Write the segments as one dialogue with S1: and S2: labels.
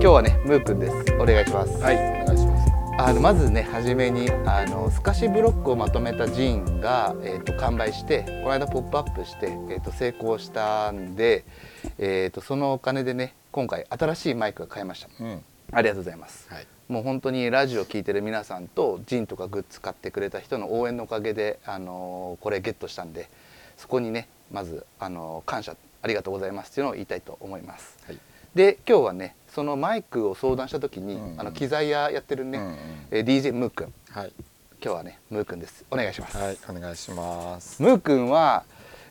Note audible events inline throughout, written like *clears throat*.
S1: 日はねムーくんですお願いします
S2: はいお願いします
S1: あのまずね初めにあの透かしブロックをまとめたジーンが、えー、と完売してこの間ポップアップして、えー、と成功したんで、えー、とそのお金でね今回新しいマイクが買いました
S2: うん
S1: ありがとうございます
S2: はい
S1: もう本当にラジオ聞いてる皆さんとジンとかグッズ買ってくれた人の応援のおかげで、あのーこれゲットしたんでそこにねまず、あのー感謝ありがとうございますっていうのを言いたいと思います
S2: はい
S1: で今日はねそのマイクを相談した時に、
S2: うんうん
S1: あの機材屋やってるね、
S2: うんうん
S1: えー DJ ムーくん
S2: はい
S1: 今日はねムーくんですお願いします、
S2: はいお願いします
S1: ムーくんは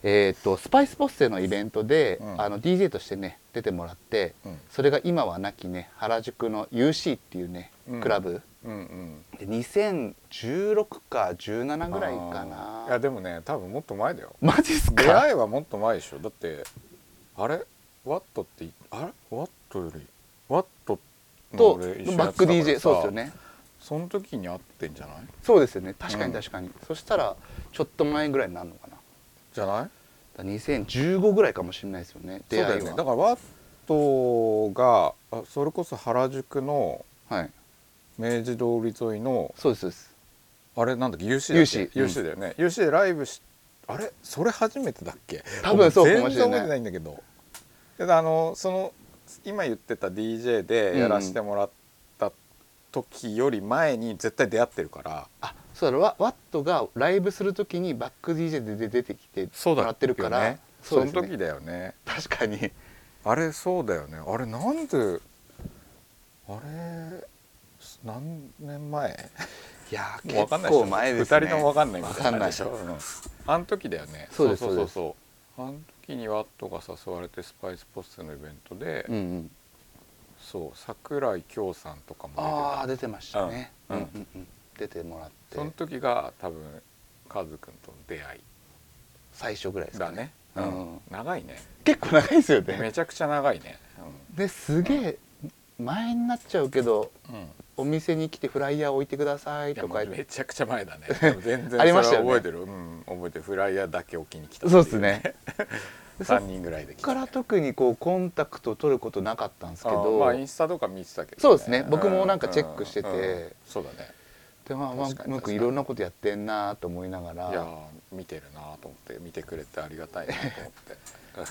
S1: えー、とスパイスポッセのイベントで、
S2: うん
S1: あの DJ としてね出てもらって、
S2: うん
S1: それが今はなきね原宿の UC っていうね
S2: うん
S1: クラブ、
S2: うんうん
S1: で2016か17ぐらいか
S2: あ
S1: な
S2: ーいやでもね多分もっと前だよ
S1: マジっす
S2: 出
S1: か
S2: 会いはもっと前でしょだってあれワットっていあれワットよりワットの
S1: と
S2: 俺一緒にや
S1: バッ
S2: ってた
S1: ク
S2: から
S1: DJ
S2: さ
S1: そうですよね
S2: その時に会ってんじゃない
S1: そうですよね確かに
S2: うん
S1: 確かに、そしたらちょっと前ぐらいになるのかな
S2: じゃない
S1: だから2015ぐらいかもしれないですよね
S2: そう
S1: 出
S2: だ
S1: 会い
S2: よね
S1: は
S2: だからワットがあそれこそ原宿の
S1: はい
S2: 明治通り沿いの
S1: そうですそうです
S2: あれなんだっけ UC だっ
S1: UC
S2: け UC だよね、UC でライブしあれそれ初めてだっけ
S1: 多分そうかも
S2: 俺
S1: し
S2: 全然
S1: れない
S2: 覚えてないんだけどであのその今言ってた DJ でやらせてもらった時より前に絶対出会ってるから、
S1: あそうだワワットがライブするときにバック DJ で出出てきて
S2: そう
S1: もらってるから
S2: ね
S1: そ
S2: そうの
S1: ですね
S2: 時だよね
S1: 確かに
S2: あれそうだよねあれなんであれ何年前
S1: いやー
S2: もうわかんな
S1: 結
S2: いでしょ
S1: 構前ですね
S2: 二人ともわかんないみ
S1: わ
S2: た
S1: かんない
S2: でしょ、うんあの時だよね
S1: そうです
S2: そうそう
S1: そ
S2: そうそうあの時にワットが誘われてスパイスポッセのイベントで、
S1: うんうん
S2: そう桜井京さんとかも出
S1: あ
S2: てた
S1: あ出てましたね、
S2: うん
S1: うんうんうん出てもらって
S2: その時が多分カズくんとの出会
S1: 最初ぐらいで
S2: い
S1: す
S2: だ
S1: か
S2: ね、
S1: う
S2: うん
S1: ん
S2: 長いね
S1: 結構長いですよ
S2: め
S1: ね
S2: ちゃくちゃ長いね
S1: ですげえ前になっちゃうけど
S2: うん、うん
S1: お店に来てフライヤー置いてください
S2: いや
S1: と
S2: も
S1: か
S2: う
S1: 言っ
S2: め
S1: て
S2: ちゃくちゃ前
S1: *laughs*
S2: だねでも全然それ
S1: ありま
S2: は
S1: したよね
S2: 覚えてる、うん覚えてるフライヤーだけ置きに来たってい
S1: そうですねでそ
S2: 3
S1: っ
S2: 人ぐらいで来た
S1: か
S2: ね、
S1: ら特にこうコンタクト取ることなかったんですけ
S2: あー
S1: ど
S2: まあインスタとか見てたけど、
S1: そうですね僕もなんかチェックしてて
S2: うんそうだね
S1: でまあまあ
S2: 確かに
S1: ムー
S2: 確か
S1: 君
S2: に
S1: いろんなことやってんなと思いなが
S2: いや
S1: ら
S2: ー見てるなと思って見てくれてありがたいなと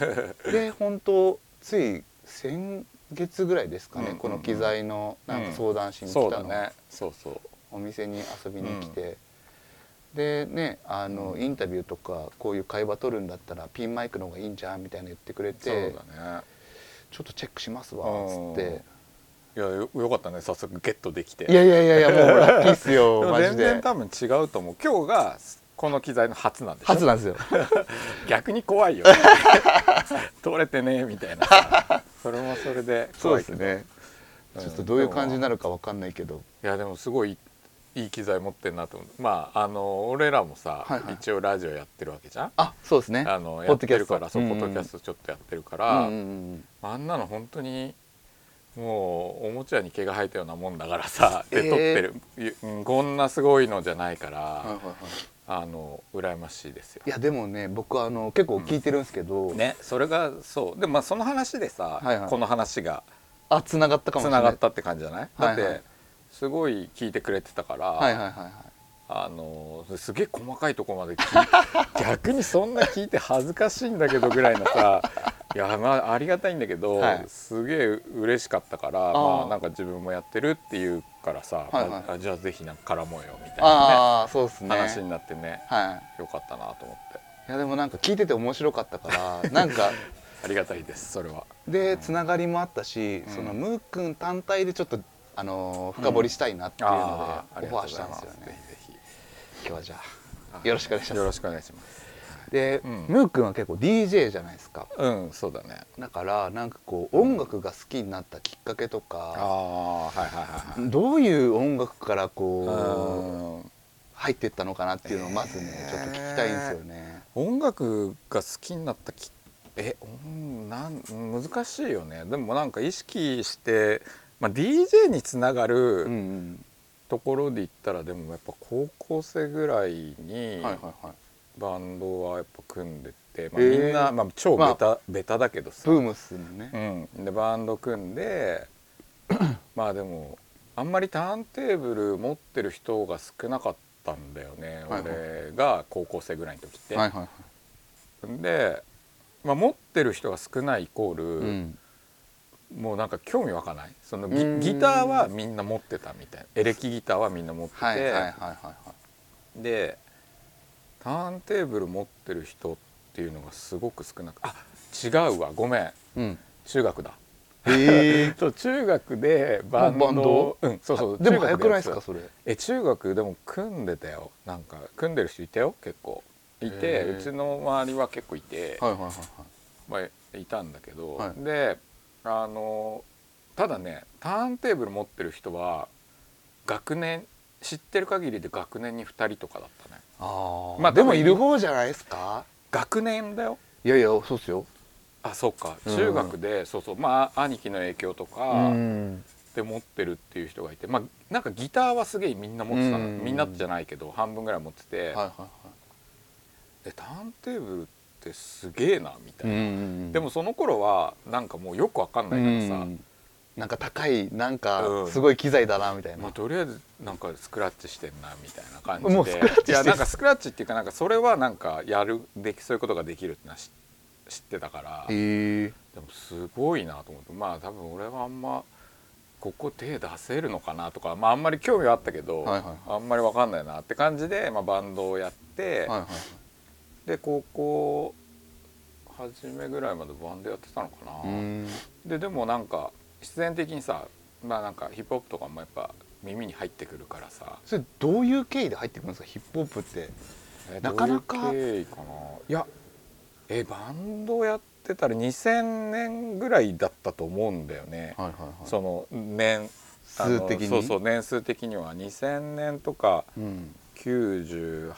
S2: 思って
S1: で本当つい先月ぐらいですかね、
S2: うんうんうん
S1: この機材のなんか相談し *laughs* に来たの
S2: そう
S1: が、
S2: だねそうそう
S1: お店に遊びに来て、でねあの、
S2: うん
S1: インタビューとかこういう会話取るんだったらピンマイクの方がいいんじゃんみたいな言ってくれ
S2: そう
S1: て、
S2: だね
S1: ちょっとチェックしますわっつって、
S2: いやよよかったね早速ゲットできて
S1: いやいやいやいやもうほらいいっす
S2: で
S1: よ
S2: も
S1: マジ
S2: 全然
S1: で
S2: 多分違うと思う今日がこの機材の初なんでしょ
S1: 初なんですよ
S2: 逆に
S1: *laughs*
S2: 怖いよね取れてねみたいなさそれもそれで
S1: そうで
S2: 怖いけ
S1: す
S2: ど
S1: ね、
S2: うん
S1: ちょっとどういう感じになるかわかんないけど、
S2: いやでもすごいいい機材持ってんなと思うまああの俺らもさ、
S1: はいはい
S2: 一応ラジオやってるわけじゃん
S1: あそうですね
S2: あの
S1: ポ
S2: や
S1: ッ
S2: っ
S1: ド
S2: て
S1: キャ
S2: る
S1: スト
S2: からそう
S1: うん
S2: ポ
S1: うん
S2: ッドキャストちょっとやってるから、
S1: うんうんうん
S2: あんなの本当にもうおもちゃに毛が生えたようなもんだからさ
S1: *laughs*
S2: で
S1: えー
S2: 撮ってる、うんこんなすごいのじゃないから、
S1: はいはいはい
S2: あの羨ましいですよ
S1: い。やでもね僕あの結構聞いてるんですけど、
S2: ね、それがそうでもまあその話でさ、
S1: はいはい
S2: この話が
S1: あ繋がったかもし
S2: つ
S1: れな
S2: ないがったって感じじゃないだって、
S1: はいはい
S2: すごい聞いてくれてたから、
S1: はいはいはいはい
S2: あのすげえ細かいとこまで聞い *laughs* 逆にそんな聞いて恥ずかしいんだけどぐらいのさいやまあありがたいんだけど、
S1: はい
S2: すげえ嬉しかったから
S1: あー
S2: まあなんか自分もやってるっていうからさ、
S1: はいはい
S2: まあじゃあぜひなんか絡もうよみたいな、ね
S1: ああそうですね
S2: 話になってね
S1: はい
S2: よかったなと思って
S1: いやでもなんか聞いてて面白かったから
S2: *laughs*
S1: なんか
S2: ありがたいですそれは。
S1: でつながりもあったし、
S2: うん
S1: そのムー君単体でちょっとあのー深掘りしたいなっていうの
S2: あーあ
S1: で
S2: り
S1: オ
S2: が
S1: フ
S2: とう
S1: ァ
S2: ご
S1: ーしたん
S2: ざい
S1: で
S2: ますす
S1: よね、
S2: ぜひぜ
S1: 今日はじゃあ
S2: ひ
S1: よろしくお願いします
S2: よろしくお願いします
S1: で、
S2: うん
S1: ムー君は結構 DJ じゃないですか
S2: うんそうだね
S1: だからなんかこう音楽が好きになったきっかけと
S2: あ
S1: か、
S2: あはいはいはいはい
S1: どういう音楽からこう
S2: うん
S1: 入ってったのかなっていうのをまずね、
S2: えー
S1: ちょっと聞きたいんですよね
S2: 音楽が好きになったきえうんなんうん難しいよねでもなんか意識して、まあ、DJ につなが
S1: うん
S2: る
S1: うん
S2: ところで言ったら、でもやっぱ高校生ぐらい
S1: は
S2: に
S1: いはいはい
S2: バンドはやっぱ組んでて、まあ、
S1: え
S2: み
S1: ー
S2: んな、まあ、超ベタ、
S1: ま
S2: ベタだけどさ、
S1: ブームっすもんね *clears throat*
S2: うん、でバンド組んでまあでもあんまりターンテーブル持ってる人が少なかったんだよね、
S1: はいはい
S2: 俺が高校生ぐらいの時って。
S1: はいはいはい
S2: で、まあ、持ってる人が少ないイコール、
S1: うん
S2: もうなんか興味わかないそのギ
S1: うん
S2: ギターはみんな持ってたみたいなエレキギターはみんな持ってて、
S1: はいはいはいはいは
S2: でターンテーブル持ってる人っていうのがすごく少なくあ違うわごめん
S1: いうん
S2: 中学だ
S1: え *laughs*
S2: そう中学でバンド
S1: あバンド
S2: うんそうそう
S1: でも
S2: 中
S1: 早
S2: 学
S1: くない
S2: や
S1: で
S2: って
S1: す
S2: た
S1: かそれ
S2: え中学でも組んでたよなんか組んでる人いたよ結構いて
S1: へー
S2: うちの周りは結構いて、
S1: はいはいはい
S2: まあ、いたんだけど、
S1: はい
S2: であのただねターンテーブル持ってる人は学年知ってる限りで学年に2人とかだったね
S1: あ
S2: ー
S1: まあでもいる方じゃないですか
S2: 学年だよ
S1: いやいやそうっすよ
S2: あそうか
S1: うん
S2: 中学で、そうそうまあ兄貴の影響とか
S1: うん
S2: で持ってるっていう人がいてまあなんかギターはすげえみんな持ってたの
S1: うん
S2: みんなじゃないけど半分ぐらい持ってて、
S1: はいはいは
S2: でターンテーブルってすげえなみた
S1: い
S2: いな、
S1: ん
S2: でもその頃はなんかもうよくわかんないからさ、
S1: うんなんか高いなんか
S2: うん
S1: すごい機材だなみたいな、
S2: まあ、とりあえずなんかスクラッチしてんなみたいな感じで
S1: もうスクラッチして
S2: いやなんかスクラッチっていうかなんかそれはなんかやるできそういうことができるってのは知知ってたから、
S1: へえ
S2: でもすごいなと思ってまあ多分俺はあんまここ手出せるのかなとか、まあ、あんまり興味はあったけど、
S1: はいはい
S2: あんまり分かんないなって感じで、まあ、バンドをやって、
S1: はいはい
S2: で高校初めぐらいまでバンドやってたのかな。
S1: うん
S2: ででもなんか必然的にさまあなんかヒップホップとかもやっぱ耳に入ってくるからさ、
S1: それどういう経緯で入ってくるんですかヒップホップって
S2: え
S1: なかなか
S2: どういう経緯かないやえバンドやってたら2000年ぐらいだったと思うんだよね、
S1: はいはいはい
S2: その年あの
S1: 数的に
S2: そうそう年数的には2000年とか
S1: うん
S2: 98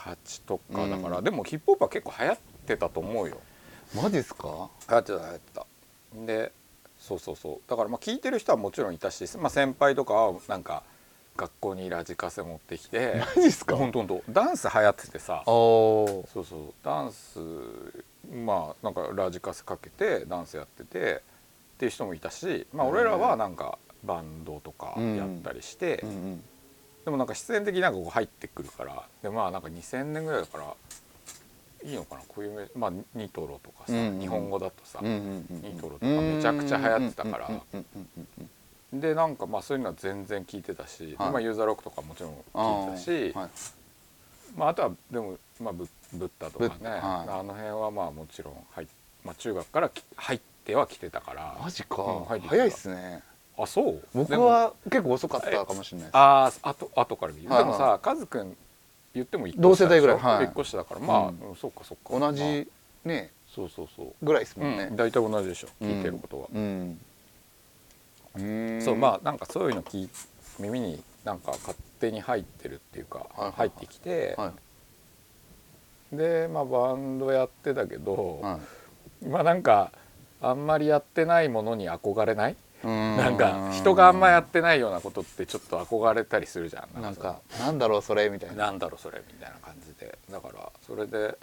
S2: とかだから、
S1: うん
S2: でもヒップホップは結構流行ってたと思うよ
S1: マジですか
S2: 流行ってた流行ってたでそうそうそうだからまあ聞いてる人はもちろんいたし、まあ、先輩とかはなんか学校にラジカセ持ってき
S1: *laughs*
S2: て
S1: マジですか
S2: ほんとほんとダンス流行っててさ
S1: あー
S2: そうそうダンスまあなんかラジカセかけてダンスやっててっていう人もいたし、まあ、俺らはなんかバンドとかやったりして、
S1: うんうん
S2: でもなんか必然的になんかこう入ってくるからでまあなんか2000年ぐらいだからいいのかなこういうめまあニトロとかさ、
S1: うんうん
S2: 日本語だとさ、
S1: うんうんうん
S2: ニトロとかめちゃくちゃ流行ってたから
S1: うんうんうんうんうん
S2: でなんかまあそういうのは全然聞いてたし、
S1: はい
S2: まあユーザーロックとかもちろん聞いてたし
S1: あーはい
S2: まあ、あとはでも、まあ、ブブッダとかね
S1: ブッ、ダはい
S2: あの辺はまあもちろん入っ、まあ、中学からき入ってはきてたから
S1: マジか、
S2: うん入ってきた
S1: 早いっすね
S2: あそう
S1: 僕
S2: でも
S1: は結構遅かったかもしれないです
S2: あーあとあとからでいい、
S1: はいはい
S2: でもさカズくん言っても一
S1: 同世代ぐらいは
S2: はいい、1個下だからまあ、
S1: うん
S2: うんそっかそっか
S1: 同
S2: まあ
S1: じね
S2: そうそうそう
S1: ぐらいですも
S2: うんん
S1: ね、
S2: 大体同じでしょ聞いてることは、
S1: うんうん
S2: そうまあなんかそういうの聞い耳になんか勝手に入ってるっていうか、
S1: いはいはい
S2: 入ってきて、
S1: は
S2: でまあバンドやってたけど
S1: い、はい
S2: まあなんかあんまりやってないものに憧れないな
S1: なん
S2: か人があんまやってないようなことってちょっと憧れたりするじゃん
S1: なんかなんだろうそれみたいな
S2: なんだろうそれみたいな感じでだからそれで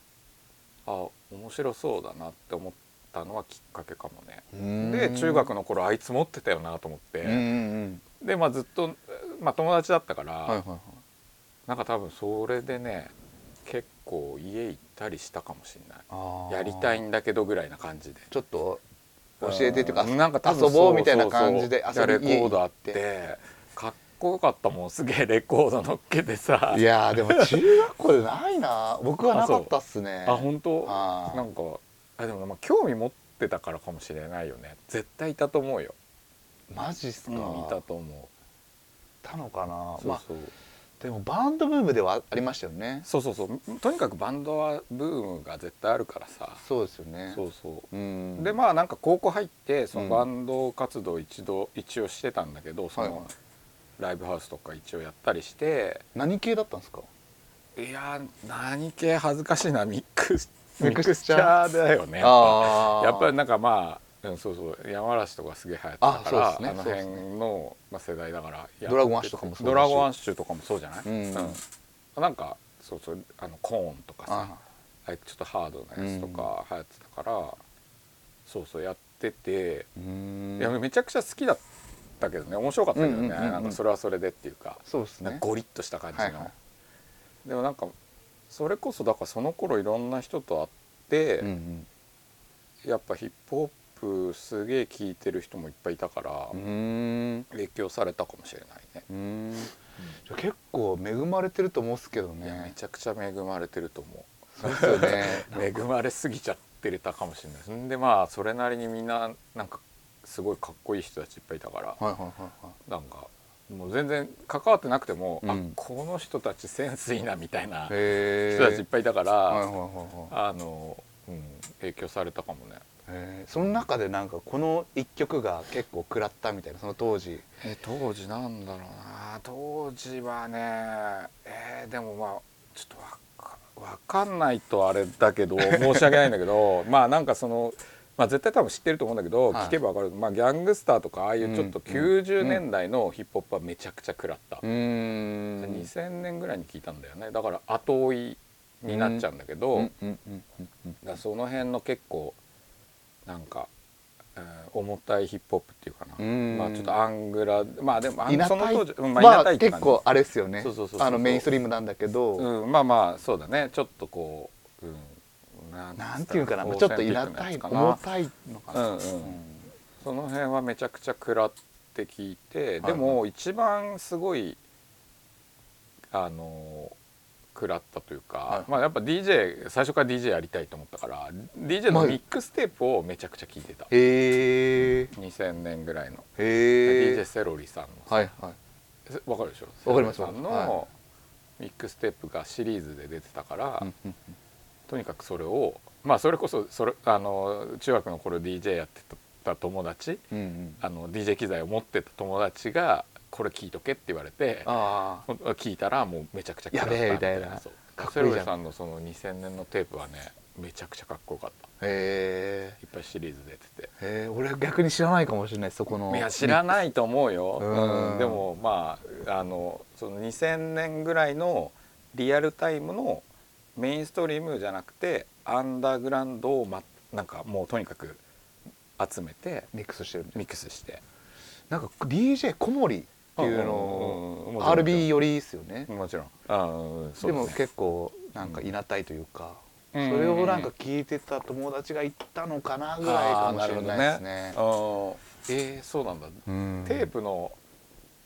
S2: あ面白そうだなって思ったのはきっかけかもねで中学の頃あいつ持ってたよなと思っ
S1: うんうん
S2: て
S1: うん
S2: でまあずっと、まあ、友達だったから、
S1: はいはいはい
S2: なんか多分それでね結構家行ったりしたかもしれない
S1: あー
S2: やりたいんだけどぐらいな感じで
S1: ちょっと教えてっていうか
S2: んなんか多
S1: 遊
S2: 分
S1: ぼ
S2: そう
S1: みたいな感じで
S2: そうそう
S1: 遊び
S2: レコードあっ
S1: 家
S2: てかっこよかったもんすげえレコード乗っけてさ
S1: いやーでも中学校でない
S2: *laughs*
S1: な僕はなかったっすね
S2: あ本当
S1: あー
S2: なんかあでもまあ興味持ってたからかもしれないよね絶対いたと思うよ、
S1: マジっすか、
S2: うん、い
S1: い
S2: たと思
S1: たのかな
S2: うそう
S1: ま
S2: そう,、
S1: あでもバンドブームではありましたよね
S2: そうそうそうとにかくバンドはブームが絶対あるからさ
S1: そうですよね、
S2: そうそう
S1: ん、
S2: うでまあなんか高校入ってそ
S1: うん
S2: のバンド活動一度、一応してたんだけどそ
S1: はいは
S2: の
S1: い
S2: ライブハウスとか一応やったりして
S1: 何系だったんですか
S2: いやー何系恥ずかしいなミックス
S1: ミ
S2: ミ
S1: ッ
S2: ッ
S1: ク
S2: ク
S1: ス
S2: ス
S1: チ
S2: チ
S1: ャー
S2: ャーだよねやっぱ
S1: あー
S2: やっぱりなんかまあ、うん、そうそう山嵐とかすげえ流行ってたか
S1: あ
S2: ら
S1: そ
S2: あ,、
S1: うですね
S2: の
S1: そうで
S2: 辺
S1: すね
S2: の、まあ、世代だからや
S1: ドラゴンアッシュとかもそうだし
S2: ドラゴンアッシュとかもそうじゃない、
S1: うん
S2: なんかそうそうあのコーンとかさ
S1: あ
S2: ああいうちょっとハードなやつとか流行ってたから、そうそうやってて、
S1: うーん
S2: いやめちゃくちゃ好きだっったけどね面白かったけどね、
S1: うんうんうんうん
S2: なんかそれはそれでっていうか
S1: そうです
S2: なんか
S1: ね
S2: ゴリッとした感じの、
S1: はいはい
S2: でもなんかそれこそだからその頃いろんな人と会って、
S1: うん
S2: やっぱヒップホップすげえ聴いてる人もいっぱいいたから、
S1: うんうーん
S2: 影響されたかもしれないね
S1: うーんじゃあ結構恵まれてると思うんですけど
S2: いやめ
S1: ね
S2: ちゃくちゃ恵まれてると思う
S1: そうです
S2: *laughs*
S1: よね
S2: 恵まれすぎちゃってたかもしれないそんでまあそれなりにみんななんかすごいかっこいい人たちいっぱいいたから、
S1: はいはいはいは
S2: なんかもう全然関わってなくても、
S1: うん
S2: あこの人たちセンスいいなみたいない
S1: へえ
S2: 人たちいっぱいいたから、
S1: はいはいはいはい
S2: あの、うん、影響されたかもね
S1: えーその中でなんかこの一曲が結構食らったみたいなその当時
S2: え当時なんだろうな当時はねえーでもまあちょっとわかわかんないとあれだけど申し訳ないんだけどまあなんかその、まあ、絶対多分知ってると思うんだけど、
S1: はい
S2: 聞けばわかる、まあ、ギャングスターとかああいうちょっと
S1: うんうん
S2: 90年代のヒップホップはめちゃくちゃ食らった、
S1: うーん
S2: 2000年ぐらいに聞いたんだよねだから後追いになっちゃうんだけど、
S1: うんうんうんうんうん
S2: だからその辺の結構なんか、えー重たいヒップホップっていうかな
S1: うん
S2: まあちょっとアングラまあでもあん
S1: 稲
S2: その当
S1: 田
S2: 時、
S1: ま
S2: うん
S1: あ、
S2: まあ、稲田井って
S1: 結
S2: 感じ
S1: 構あれですよね
S2: そうそうそうそう
S1: あのメインストリームなんだけど、
S2: うん、まあまあそうだねちょっとこう、うん、なん
S1: なんていうかな
S2: オー
S1: ち
S2: セ
S1: ょ
S2: ン
S1: っと
S2: ティッ
S1: 稲
S2: クな
S1: 田
S2: や
S1: 井
S2: つか
S1: 重
S2: な
S1: たいのかな、
S2: うんうんその辺はめちゃくちゃ食らって聞いて、でも一番すごいあの食らったというか、
S1: はい
S2: まあやっぱ DJ 最初から DJ やりたいと思ったから DJ の
S1: はい
S2: ミックステープをめちゃくちゃ聞いてた、
S1: へえ
S2: 2000年ぐらいの
S1: へ
S2: DJ
S1: え
S2: セロリさんの
S1: はいはい
S2: せわかるでしょ
S1: わかります
S2: セロリさん
S1: は
S2: のミックステップがシリーズで出てたから、
S1: うんうん
S2: とにかくそれをまあそれこそそれあの中学の頃 DJ やってた友達
S1: うんうん
S2: あの DJ 機材を持ってた友達が「これ聞いとけ」って言われて
S1: ああ
S2: 聞いたらもうめちゃくちゃ
S1: やべえみたいな
S2: そう
S1: かっこ
S2: セ
S1: いいじゃん
S2: ロリさんのその2000年のテープはねめちゃくちゃかっこよかった
S1: へえ
S2: いっぱいシリーズ出てて。
S1: えー、俺逆に知らないかもしれないそこの
S2: いや知ら
S1: い
S2: ないと思うよ、
S1: うん
S2: うんでもまああのその2000年ぐらいのリアルタイムのメインストリームじゃなくてアンダーグラウンドを、ま、なんかもうとにかく集めて
S1: ミックスしてるみたい
S2: ミックスしてっ
S1: ななんか DJ 小森っていうのを RB 寄りですよね、
S2: もちろんあうんそう
S1: で
S2: だね
S1: も結構なんかいなたいというか、
S2: うん
S1: それをなんか聞いてた友達が言ったのかなぐらいかもしれないですね
S2: あーなる。ほどねうんえー、そうなんだ、
S1: うん
S2: テープの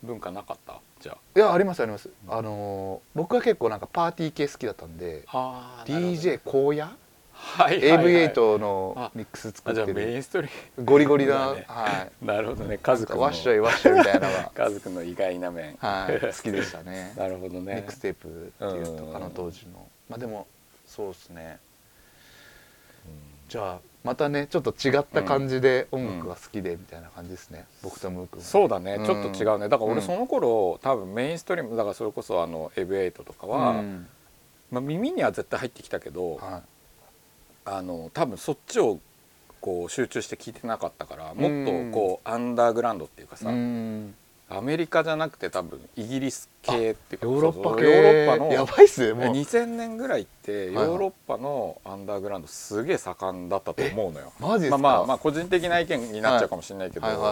S2: 文化なかったじゃ
S1: いやありますあります。あのー僕は結構なんかパーティー系好きだったんで、
S2: ああーなるほど
S1: DJ 荒野、
S2: はいはいはい
S1: AV8 のミックス作
S2: あじゃ
S1: っ
S2: あ
S1: て
S2: メイ
S1: る
S2: ンストリー *laughs*
S1: ゴリゴリな、
S2: そうだね
S1: はい。
S2: ムなるほどね家族の
S1: ワッショイワッショイみたいなのが
S2: カズくんの意外な面。
S1: はい好きでしたね。
S2: なるほ
S1: ミ
S2: ど
S1: ッ
S2: ね
S1: ク。ステープっていうと
S2: うん
S1: あの当時の、まあでもそうですね。じゃあまたねちょっと違った感じで音楽が好きでみたいな感じですね。僕とムー君は。
S2: そうだね、
S1: うん
S2: ちょっと違うね。だから
S1: う
S2: 俺
S1: ん
S2: その頃、多分メインストリームだからそれこそあのエブエイトとかは、
S1: うん
S2: まあ耳には絶対入ってきたけど、
S1: は
S2: あの多分そっちをこう集中して聞いてなかったから、もっと
S1: うん
S2: こうアンダーグラウンドっていうか
S1: い、
S2: さ、アメリカじゃなくて多分イギリス系っていうか
S1: ヨーロッパ系
S2: そうそうヨーロッパの
S1: やばいっすねもう
S2: 2000年ぐらいって
S1: いはい
S2: ヨーロッパのアンダーグラウンドすげえ盛んだったと思うのよ。
S1: マジです
S2: ま
S1: か、
S2: あまあまあ個人的な意見になっちゃうかもしれないけど、
S1: はいはいはい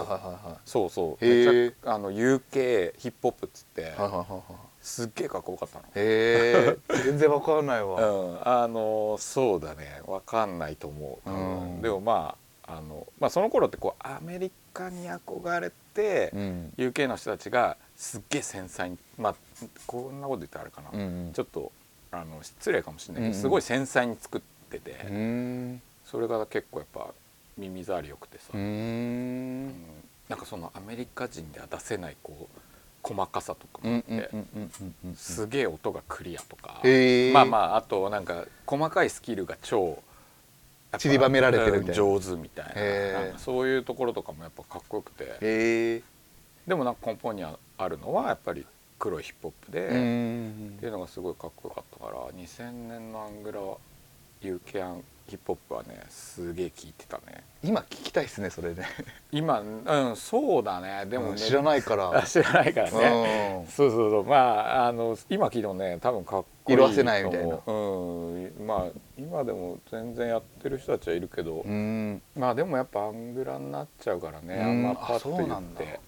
S1: は
S2: そうそう
S1: へ
S2: めち
S1: ー
S2: ゃくあの UK ヒップホップっつって
S1: いはいはいはいはい
S2: すっげえかっこよかったの。
S1: へえ全然わかんないわ、
S2: うん、あのそうだねわかんないと思う、
S1: うん
S2: うんでもまああの、まあ、その頃ってこうアメリカに憧れて、
S1: ん
S2: UK の人たちがすっげえ繊細にまあこんなこと言ったらあれかな、
S1: うん
S2: ちょっとあの失礼かもしれないけど、
S1: うん
S2: すごい繊細に作ってて、
S1: うん
S2: それが結構やっぱ耳障りよくてさ、
S1: う
S2: うんんなんかそのアメリカ人では出せないこう細かさとか
S1: う
S2: もあっ
S1: ん
S2: て、
S1: うんうんうんうん
S2: すげえ音がクリアとか、
S1: へえ
S2: まあまああとなんか細かいスキルが超やっぱ
S1: 散りばめられてるみたいな
S2: 上手みたいな,、
S1: へえ
S2: なんかそういうところとかもやっぱかっこよくて
S1: へえ
S2: でもなんか根本にああるのはやっぱり黒いヒップホップで、
S1: う
S2: っ
S1: ん
S2: ていうのがすごいかっこよかったから2000年のアングラ UK アンヒップホップはねすげえ聴いてたね
S1: 今聞きたいっすねそれね
S2: 今うんそうだねでも、
S1: うん
S2: ね、
S1: 知らないから
S2: あ知らないからね、
S1: うん
S2: そうそうそうまああの今聞いてもね多分かっこいい
S1: 色褪せないみたいな
S2: と思ううんまあ今でも全然やってる人たちはいるけど、
S1: うん
S2: まあでもやっぱアングラになっちゃうからね、
S1: うん
S2: あんまパ
S1: あ
S2: ッと
S1: そう
S2: 言
S1: な
S2: っ
S1: んだ
S2: て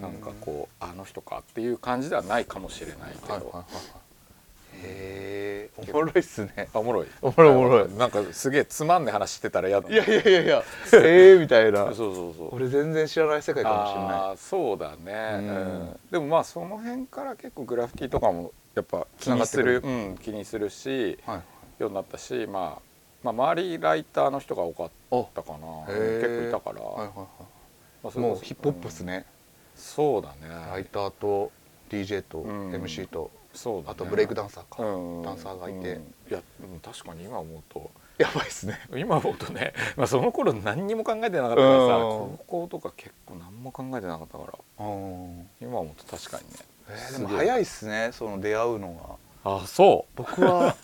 S2: なんかこうあの人かっていう感じではないかもしれないけど、
S3: はいはいはいはい
S1: へえおもろいっすね
S2: あおもろい
S1: おもろいおもろい
S2: なんかすげえつまんねえ話してたら嫌だ
S1: いやいやいやい
S2: *laughs*
S1: やええみたいな
S2: そうそうそう
S1: 俺全然知らない世界かもしれない
S2: あーそうだね、
S1: うん
S2: うんでもまあその辺から結構グラフィティとかもやっぱ気にするうん、気にするし
S1: はい
S2: ようになったし、まあ、まあ周りライターの人が多かったかな
S1: へー
S2: 結構いたから、
S1: はい
S2: ま
S1: はい
S2: あそれこそ
S1: もうヒップホップっすね
S2: そうだ
S1: ライ
S2: ね
S1: ターと DJ と
S2: うん
S1: MC と
S2: そうだね
S1: あとブレイクダンサーか
S2: うん
S1: ダンサーがいて
S2: うんいやうん確かに今思うと
S1: やばいっすね
S2: 今思うとね、 *laughs* まあ、その頃何にも考えてなかったからさ、
S1: うん
S2: 高校とか結構何も考えてなかったから
S1: うん
S2: 今思うと確かにね
S1: えー
S2: す
S1: で
S2: げえ
S1: も早いっすねその出会うのが
S2: あそう
S1: 僕は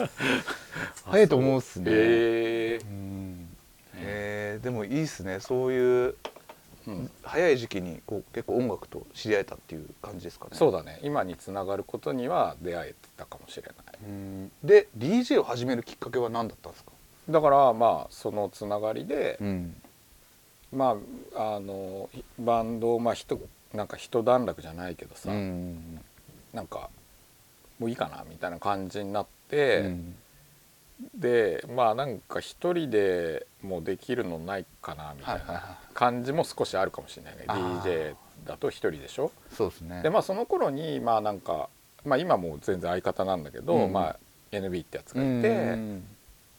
S1: 早いと思うっすね
S2: え
S1: *laughs* う、んえーでもいいっすねそういう
S2: うん
S1: 早い時期にこう結構音楽と知り合えたっていう感じですかね
S2: そうだね今につながることには出会えてたかもしれない
S1: うんで DJ を始めるきっかけは何だったんですか、
S2: だからまあそのつながりで、
S1: ん、
S2: まああのバンドをまあひとなんか一段落じゃないけどさ、
S1: ん
S2: なんかもういいかなみたいな感じになって、
S1: うん
S2: でまあなんか一人でもうできるのないかなみたい
S1: はいはい
S2: な
S1: は
S2: 感じも少しあるかもしれないね、
S1: あー
S2: DJ だと一人でしょ
S1: そうですね
S2: でまあその頃にまあなんか、まあ、今もう全然相方なんだけど、
S1: うん
S2: まあ NB ってやつ
S1: う
S2: がい
S1: ん
S2: て、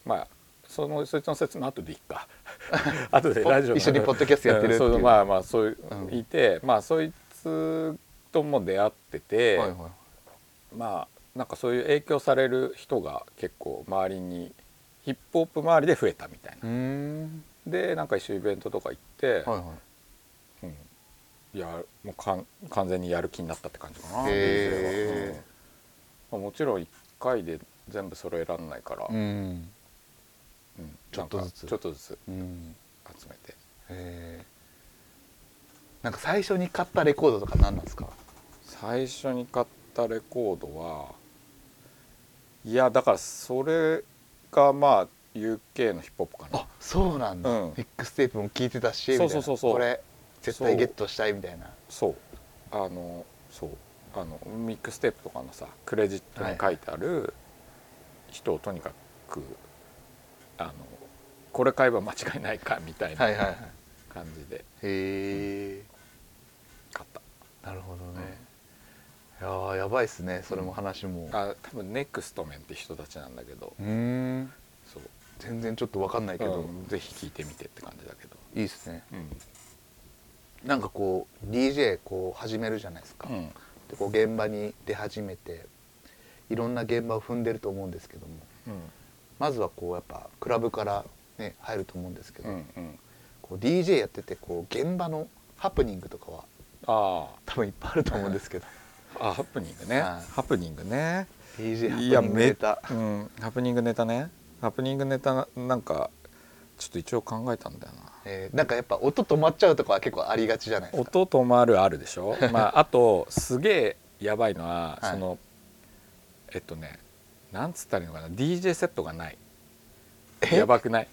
S2: まあそのそいつの説の後でいいか *laughs* 後でラジオの
S1: 一緒にポッドキャストやってるっていう
S2: うんそうまあまあそういう、
S1: うん
S2: いてまあそいつとも出会ってて、
S1: はいは
S2: まあなんかそういう影響される人が結構周りにヒップホップ周りで増えたみたい
S1: い
S2: な、
S1: ん
S2: でなんか一緒にイベントとか行って、
S1: はいは
S2: うんいやもうかん完全にやる気になったって感じかな、
S1: へー
S2: DJ はうんまあもちろん1回で全部揃えらんないから、
S1: いん
S2: うん
S1: ちょっとずつ
S2: なんかちょっとずつ
S1: うん
S2: 集めて
S1: へえなんか最初に買ったレコードとか何なんですか
S2: 最初に買ったレコードはいやだからそれがまあ UK のヒップホップかな
S1: あそうなんだ、
S2: うん
S1: ミックステープも聞いてたし
S2: そうそうそうそう
S1: みたいなこれ絶対ゲットしたいみたいな
S2: そうあのそうあのミックステープとかのさクレジットに書いてある人をとにかく、あのこれ買えば間違いないかみたい
S1: はいはいは
S2: ない感じで
S1: へえ
S2: 買った、
S1: なるほどね、いやーやばいっすねそれも話も
S2: あ多分ネクストメンって人たちなんだけど、
S1: うーん
S2: そう
S1: 全然ちょっとわかんないけ
S2: け
S1: ど、
S2: ど、ぜひ聴いてみてって感じだけど、
S1: いいっすね
S2: うん
S1: なんかこう DJ こう始めるじゃないですか、
S2: うん、
S1: でこう現場に出始めていろんな現場を踏んでると思うんですけども
S2: うん
S1: まずはこうやっぱクラブから、ね、入ると思うんですけ
S2: う
S1: ど、
S2: んうん、
S1: こう DJ やっててこう現場のハプニングとかは
S2: あ
S1: 多分いっぱいあると思うんですけ
S2: *laughs*
S1: ど
S2: あハプニングね
S1: はい
S2: ハプニングね
S1: DJ ハプニ
S2: い
S1: ン
S2: や
S1: グ
S2: め
S1: ネタ
S2: うん、ハプニングネタねハプニングネタななんかちょっと一応考えたんだよな
S1: えーなんかやっぱ音止まっちゃうとかは結構ありがちじゃないですか
S2: 音止まるあるでし *laughs* ょまああとすげえやばいのは、
S1: はい
S2: そのえっとねなんつったらいいのかな DJ セットがないやばくない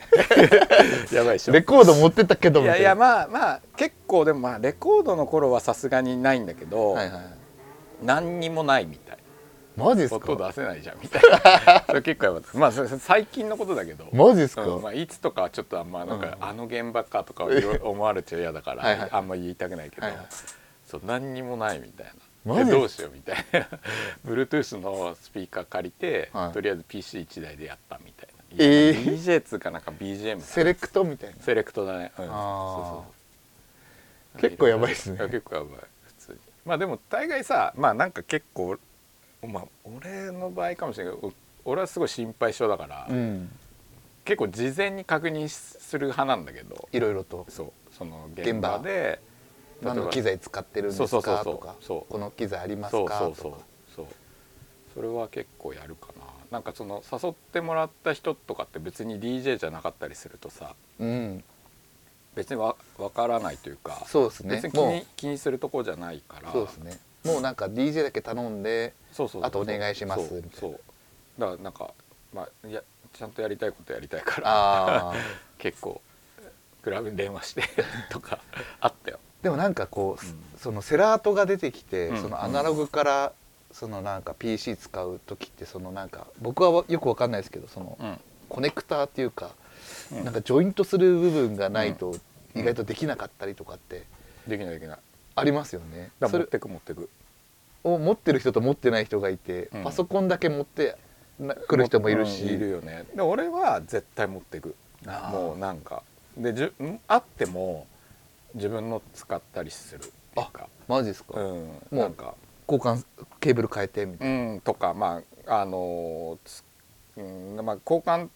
S2: *laughs* やばいでしょ
S1: レコード持ってったけど
S2: い
S1: みた
S2: や
S1: い
S2: いや
S1: な
S2: まあまあ結構でもまあレコードの頃はさすがにないんだけど、
S1: はいはい
S2: 何にもないみたい
S1: マジです
S2: 音
S1: か
S2: 出せないじゃんみたい
S1: *laughs*
S2: なそれ結構やばかったまあそれ最近のことだけど
S1: マジですか、
S2: うんまあ、いつとかはちょっとあんまなんか、
S1: うん
S2: あの現場かとか言わ思われちゃ嫌だから
S1: はいはい
S2: あんま言いたくないけど、
S1: はいはい
S2: そう何にもないみたいな
S1: マジ
S2: えどうしようみたいな *laughs* Bluetooth のスピーカー借りて、
S1: はい
S2: とりあえず PC1 台でやったみたいな、
S1: ええ
S2: DJ っつうかなんか BGM
S1: セレクトみたいな
S2: セレクトだね、うん、
S1: あ
S2: そうそう
S1: 結構やばいっすね
S2: や結構やばい普通にまあでも大概さまあなんか結構まあ俺の場合かもしれないけどお俺はすごい心配性だから、
S1: うん
S2: 結構事前に確認する派なんだけど
S1: いろいろと
S2: そうその現
S1: 現場
S2: 場で
S1: 何の機材使ってるんで
S2: そ
S1: す
S2: うそう
S1: か
S2: そうそう
S1: とか
S2: そう
S1: この機材あります
S2: そう
S1: か
S2: そう
S1: と
S2: そう
S1: か
S2: そうそれは結構やるかななんかその誘ってもらった人とかって別に DJ じゃなかったりするとさ
S1: うん
S2: 別にわ分からないというか
S1: そうですね
S2: 別に気
S1: も
S2: に気にするとこじゃないから
S1: うそうですねもうなんか DJ だけ頼んで
S2: そうそうそう
S1: あとお願いします
S2: そ
S1: み
S2: う
S1: たいな
S2: そうだからなんかまあいやちゃんとやりたいことやりたいから
S1: ああ *laughs*
S2: 結構クラブに電話してとかあったよ
S1: でもなんかこう、
S2: うん
S1: そのセラートが出てきて、
S2: うん
S1: そのアナログからそのなんか PC 使う時ってそのなんか僕はよくわかんないですけどその
S2: うん
S1: コネクターっていうか、
S2: うん
S1: なんかジョイントする部分がないと意外とできなかったりとかって
S2: できないできない
S1: ありますよね。
S2: だか
S1: そ
S2: ら持
S1: れ
S2: ってく持ってく
S1: を持ってる人と持ってない人がいて、
S2: うん
S1: パソコンだけ持ってな来る人もいるし、
S2: うんいるよねで俺は絶対持ってく
S1: あー
S2: もうなんかでじゅんあっても自分の使ったりするっていうか
S1: マジですか、
S2: うん
S1: もう
S2: なんか
S1: 交換ケーブル変えてみたい
S2: うんとかまああのつうんまあ交換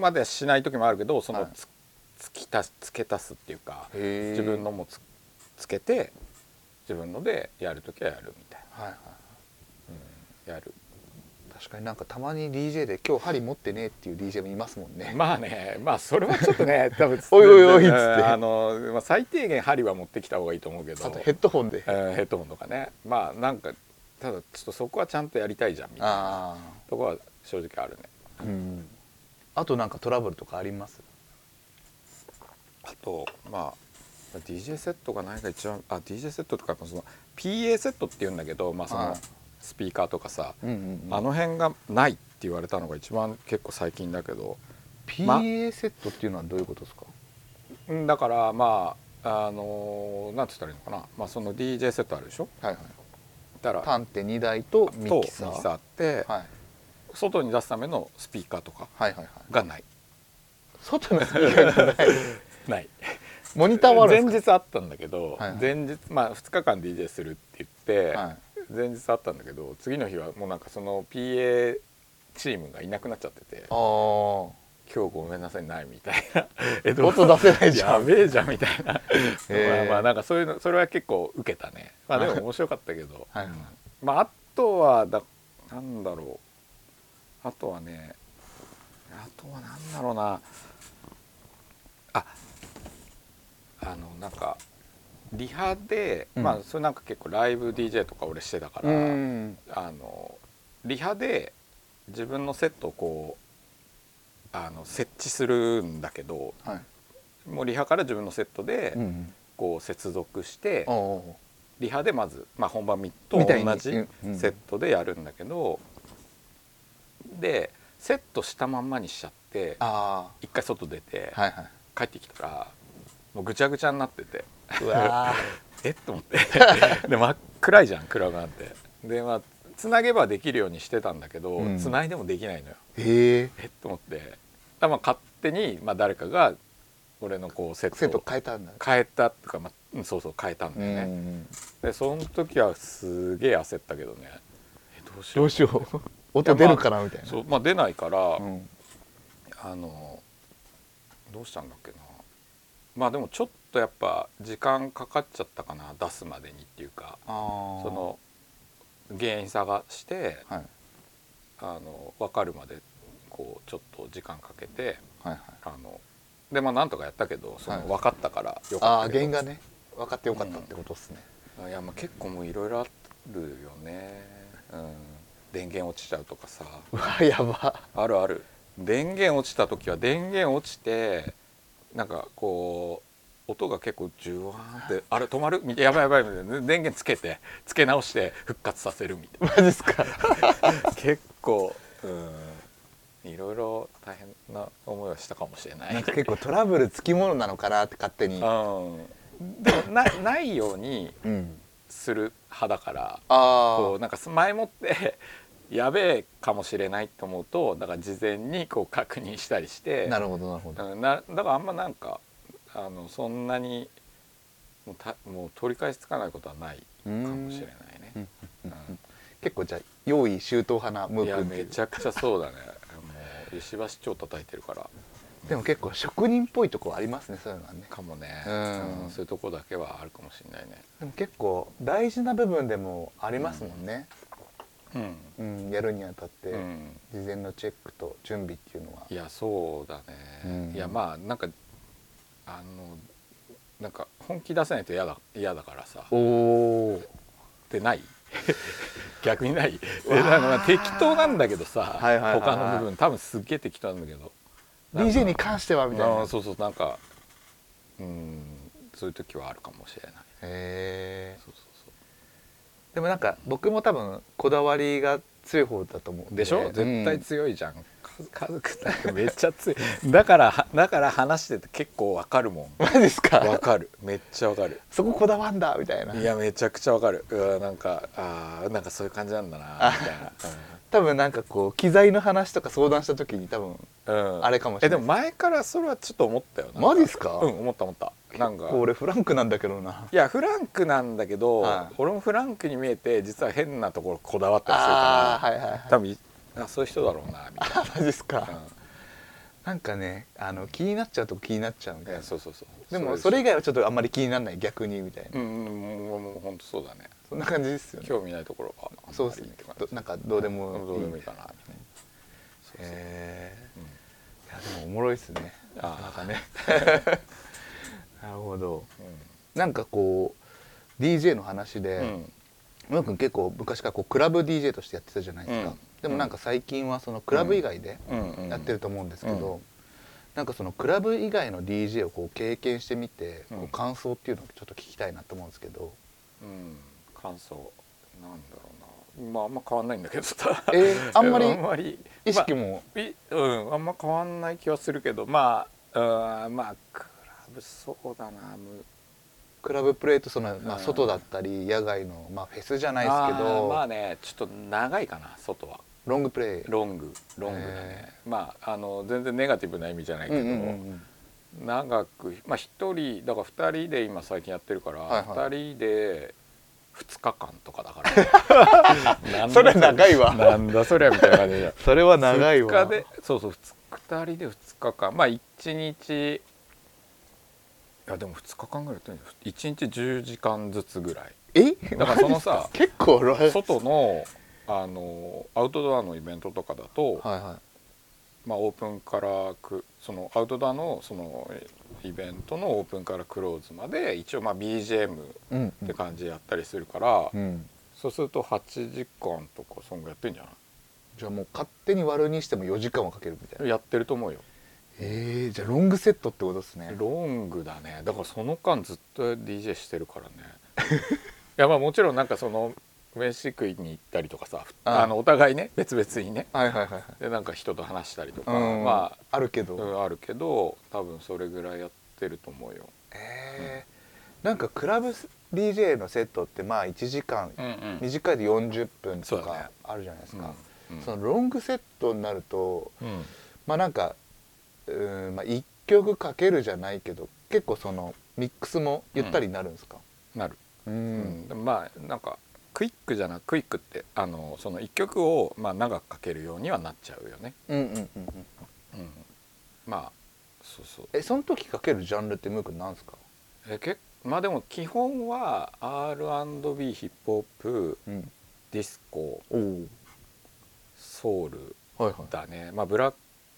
S2: まではしない時もあるけどその
S1: はい
S2: つ,、付き足し付け足すっていうか
S1: な、へー
S2: 自分のもつつけて自分のでやる時はやるみたい
S1: はいはい
S2: なやる *laughs*
S1: 確かになんかたまに DJ で今日針持ってねっていう DJ もいますもんね、
S2: まあねまあそれはちょっ
S1: *laughs*
S2: とね多分
S1: おいおいおいっつって
S2: あの、まあ、最低限針は持ってきた方がいいと思うけど
S1: あとヘッドホンで、
S2: うんヘッドホンとかねまあなんかただちょっとそこはちゃんとやりたいじゃんみたいな
S1: あ
S2: とこは正直あるね
S1: あうんあとなんかトラブルとかあります
S2: あとまあ DJ セットが何か一番あ DJ セットとかその PA セットって言うんだけど、まあ、そ
S1: は
S2: の
S1: い
S2: スピーカーとかさ、
S1: うんうんうん
S2: あの辺がないって言われたのが一番結構最近だけど、ま
S1: PA セットっていうのはどういうことですか、
S2: うんだからまああのーなんて言ったらいいのかな、まあ、その DJ セットあるでしょ
S1: はいはい
S2: だから
S1: 端手2台とミキサー
S2: とミキサーって、
S1: はい、
S2: 外に出すためのスピーカーとか
S1: はいはいはい
S2: がない
S1: 外のスピーカーじゃない *laughs*
S2: *laughs* ない
S1: モニターはある
S2: 前
S1: んです
S2: 日あったんだけど、
S1: はいはい
S2: 前日まあ2日間 DJ するって言って、
S1: かはい
S2: 前日あったんだけど次の日はもうなんかその PA チームがいなくなっちゃってて
S1: あー
S2: 「今日ごめんなさいない」みたいな「 *laughs* えどう
S1: 音出せないじゃ
S2: や
S1: ん
S2: べえじゃん」みたいな、
S1: へー
S2: まあまあなんか *laughs* そういうのそれは結構受けたねまあでも面白かったけ *laughs* ど
S1: はいはい
S2: まああとはだなんだろうあとはねあとはなんだろうなああのなんかリハで、
S1: うん
S2: まあそれなんか結構ライブ DJ とか俺してたから。
S1: うん
S2: あのリハで自分のセットをこうあの設置するんだけど
S1: はい
S2: もうリハから自分のセットで
S1: うんうん
S2: こう接続して、
S1: おお
S2: リハでまず、まあ、本番みと
S1: み
S2: 同
S1: たいに
S2: じ
S1: うんうん
S2: セットでやるんだけど、でセットしたまんまにしちゃって
S1: あ
S2: 一回外出て、
S1: あはいはい
S2: 帰ってきたらもうぐちゃぐちゃになってて。
S1: うわー
S2: えっと思って *laughs* で真っ暗いじゃんクラブなんてでまあつなげばできるようにしてたんだけど
S1: うん
S2: つな、いでもできないのよ
S1: へ *laughs* え
S2: えっと思ってだからまあ勝手に、まあ、誰かが俺のこうセ
S1: セ
S2: ッ
S1: ット
S2: トを
S1: 変えたんだ
S2: 変えたとか、まあうん、そうそう変えたんだよね、
S1: ね
S2: でその時はすげえ焦ったけどねえどうしよ
S1: ど
S2: う
S1: うしよう音出るかなみたいな
S2: そうまあ出ないから、
S1: うん
S2: あのどうしたんだっけなまあでもちょっとやっぱ時間かかっちゃったかな出すまでにっていうか
S1: あー
S2: その原因探して
S1: はい
S2: あの分かるまでこうちょっと時間かけて
S1: はいはい
S2: あのでまあなんとかやったけどそ
S1: はい
S2: の分かったからよ
S1: あ
S2: か
S1: あ
S2: った
S1: 原
S2: け
S1: 因
S2: ど、
S1: がね分かってよかったってことですね、
S2: いやまあ結構もういろいろあるよね、うん、電源落ちちゃうとかさ
S1: うわやば
S2: あるある電源落ちた時は電源落ちてなんかこう音が結構ジュワーン *laughs* ってあれ止まるみたいなやばいやばいみたいな電源つけてつけ直して復活させるみたいな
S1: マジですか
S2: *laughs* 結構うんいろいろ大変な思いはしたかもしれない。
S1: なんか結構トラブルつきものなのかなって勝手に
S2: うん、でもなないように
S1: うん
S2: する派だからこ
S1: あ
S2: うなんか前もって *laughs* やべえかもしれないと思うとだから事前にこう確認したりして
S1: あなるほどなるほど
S2: うんなだからあんまなんかあのそんなにもうたもう取り返しつかないことはないかもしれないね。
S1: うん
S2: うん
S1: 結構じゃあ用意周到派なム
S2: い
S1: ー
S2: や
S1: 君ってい
S2: め
S1: う
S2: ちゃくちゃそうだね。もう石橋町叩いてるから。
S1: でも結構職人っぽいとこありますねそういうのはね
S2: かもね、
S1: うん
S2: そういうとこだけはあるかもしれないね、
S1: でも結構大事な部分でもありますもんね、
S2: うん
S1: うんやるにあたって、事前のチェックと準備っていうのはい
S2: やそうだね、
S1: うん
S2: いやまあなんかあのなんか本気出せないと嫌だ嫌だからさっ
S1: おお *laughs*
S2: てない逆にないえなんかまあ適当なんだけどさ、
S1: はいはいはいはい
S2: 他の部分多分すっげえ適当なんだけど
S1: DJ に関してはみたいな
S2: あーそうそうなんかうんそういう時はあるかもしれない
S1: へえ
S3: そうそうそう
S1: でもなんか僕も多分こだわりが強い方だと思うん
S2: でしょ、絶対
S1: うん
S2: 強いじゃん家家族なんかめっちゃ強いだからはだから話してて結構わかるもん
S1: マジです
S2: わ
S1: か
S2: かるめっちゃわかる
S1: そここだわんだみたいない
S2: やめちゃくちゃわかるうわなんかあーなんかそういう感じなんだなみたいな、
S1: 多分なんかこう機材の話とか相談した時に多分
S2: うんうん
S1: あれかもしれない
S2: えでも前からそれはちょっと思ったよなんか
S1: マジっすか
S2: うん思った思ったなんか
S1: こう俺フランクなんだけどない
S2: やフランクなんだけど、
S1: はい
S2: 俺もフランクに見えて実は変なところこだわったりする
S1: あ
S2: か
S1: あは
S2: ら、
S1: いはいはい
S2: 多分いあそういう人だろうなみたい
S1: あマジですか、
S2: な、
S1: なんかねあの気になっちゃうとこ気になっちゃうみ
S2: うん
S1: た
S2: い
S1: いな
S2: やそうそうそう
S1: でもそれ以外はちょっとあんまり気にならない逆にみたいな、
S2: うんうんもうもう本当そうだね
S1: そんな感じですよね
S2: 興味ないところは
S1: そうっすねどなんかどうで
S2: ど
S1: もいい
S2: どうでもいいかなみたいなそうそう
S1: へ
S2: うん
S1: えいやでもおもろいですね
S2: ああなんかね、
S1: なるほど
S2: う
S1: なんかこう DJ の話で、
S2: ん
S1: ムロ君結構昔からこうクラブ DJ としてやってたじゃないですか、
S2: うん
S1: でもなんか最近はそのクラブ以外で
S2: うんうん
S1: やってると思うんですけど、
S2: うん
S1: なんかそのクラブ以外の DJ をこう経験してみて、
S2: うん
S1: こう感想っていうのをちょっと聞きたいなと思うんですけ
S2: *laughs*
S1: ど、
S2: うん感想なんだろうなまああんま変わんないんだけどさ
S1: えーあんまり
S2: あんまり
S1: 意識
S2: も、
S1: も、
S2: まあいうんあんま変わんない気はするけどまあうんまあクラブそうだなむ
S1: クラブプレイとその、まあ、
S2: うん
S1: 外だったり野外の、まあ、フェスじゃないで
S2: あ
S1: すけ
S2: ー
S1: ど、
S2: まあねちょっと長いかな外は
S1: ロングプレイ
S2: ロングロングだねまああの全然ネガティブな意味じゃないけ
S1: うん
S2: ど、
S1: うんうん
S2: 長くまあ1人だから2人で今最近やってるから、
S1: はいはい
S2: 2人で2日間とか
S1: *laughs*
S2: だからなんだ
S1: それは長いわ
S2: なんだそりゃみたいな感じで
S1: それは *laughs* 長いわ
S2: 2日でそうそう2人で2日間まあ1日いやでも2日間ぐらいやってるんだよ1日10時間ずつぐらい
S1: え
S2: だからそのさ
S1: 結構ロ
S2: 外のあのアウトドアのイベントとかだと、
S1: はいは
S2: まあ、オープンからくそのアウトドアのそのイベントのオープンからクローズまで一応まあ BGM っ
S1: いうん
S2: て感じでやったりするから、
S1: うん
S2: そうすると8時間とかそんぐらいやってんじゃな
S1: じゃあもう勝手に割るにしても4時間はかけるみたいない
S2: やってると思うよ
S1: えー、じゃあロングセットってことですね
S2: ロングだねだからその間ずっと DJ してるからね *laughs* いやまあもちろんなんかその飯食いに行ったりとかさ
S1: あ
S2: あのお互いね別々にね
S1: はいはいはいはい
S2: でなんか人と話したりとか、
S1: うん
S2: ま
S1: あるけど、
S2: あ、うんあるけど多分それぐらいやってると思うよ。
S1: えー、なんかクラブ DJ のセットってまあ1時間、
S2: うんうん
S1: 短いで40分と
S2: そうだね
S1: かあるじゃないですか、
S2: うんうん
S1: そのロングセットになると
S2: うん
S1: まあなんかうーん、まあ、1曲かけるじゃないけど結構そのミックスもゆったりになるんですか
S2: なる、
S1: う
S2: うんでもまあなんかクイックじゃなくクイックってあのその1曲をまあ長くかけるようにはなっちゃうよね、
S1: うんうんうんうん
S2: うん、まあそうそう
S1: えその時かけるジャンルってムー君なんですか、
S2: えけまあでも基本は R&B ヒップホップ
S1: うん、
S2: ディスコ
S1: おお
S2: ソウル
S1: はいはい
S2: だねまあブラッ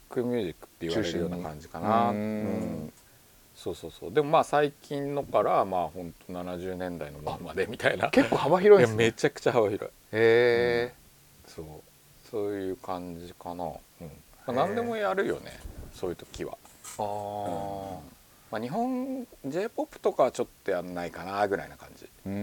S2: クミュージックって言われるような感じかな
S1: 中心にうん
S2: そうそうそうでもまあ最近のからまあ本当70年代のものまでみたいな
S1: 結構幅広い
S2: い
S1: で
S2: や
S1: すね
S2: めちゃくちゃ幅広い
S1: へえ、
S2: そうそういう感じかな、うん
S1: へー
S2: まあ、何でもやるよねそういう時は、
S1: あ
S2: うん
S1: あ
S2: まあ、日本 j p o p とかはちょっとやんないかなぐらいな感じ、
S1: うん
S2: う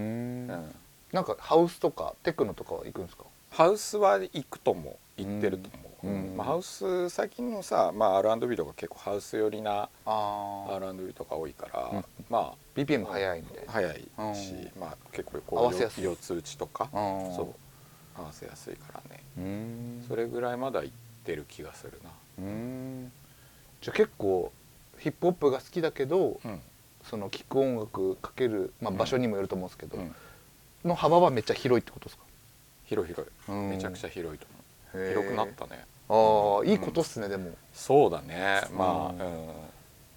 S2: ん
S1: なんかハウスとかテクノとかは行くんですか
S2: ハウスは行くとも行ってると思う、
S1: うん
S2: まあ、ハウス最近のさ、まあ、R&B とか結構ハウス寄りな
S1: あ
S2: R&B とか多いから、
S1: うん
S2: ま
S1: BPM 早いみたい
S2: あ
S1: な、
S2: 早いし、
S1: う
S2: まあ、結構こう
S1: 合わせやすい
S2: 四つ打ちとか
S1: あ
S2: そう合わせやすいからね
S1: ううん
S2: それぐらいまだ行ってる気がする
S1: うんじゃあ結構ヒップホップが好きだけど、
S2: な、
S1: その聴く音楽かける、まあ、
S2: うん
S1: 場所にもよると思うんですけど、
S2: うん
S1: の幅はめっちゃ広いってことですか
S2: 広い広い
S1: うん
S2: めちゃくちゃ広いと思
S1: へ
S2: う
S1: ー
S2: 広くなったね
S1: ああいいことっすね、でも
S2: そうだねま
S1: うん
S2: あ、うん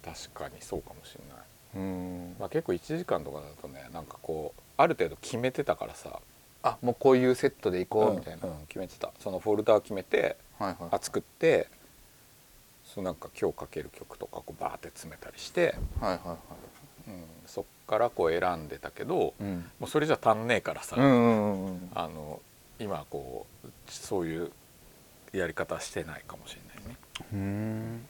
S2: 確かにそうかもしれない、
S1: うん
S2: まあ、結構1時間とかだとねなんかこうある程度決めてたからさ
S1: あもうこういうセットで行こうみたいな、
S2: うんうん決めてたそのフォルダを決めて
S1: はいはい
S2: あ作ってそうなんか今日かける曲とかこうバーって詰めたりして、
S1: はいはいはい
S2: うん、そっからこう選んでたけど、
S1: うん
S2: もうそれじゃ足んねえからさ、
S1: うんうんうん
S2: あの今こうそういうやり方してないかもしれないね。
S1: うん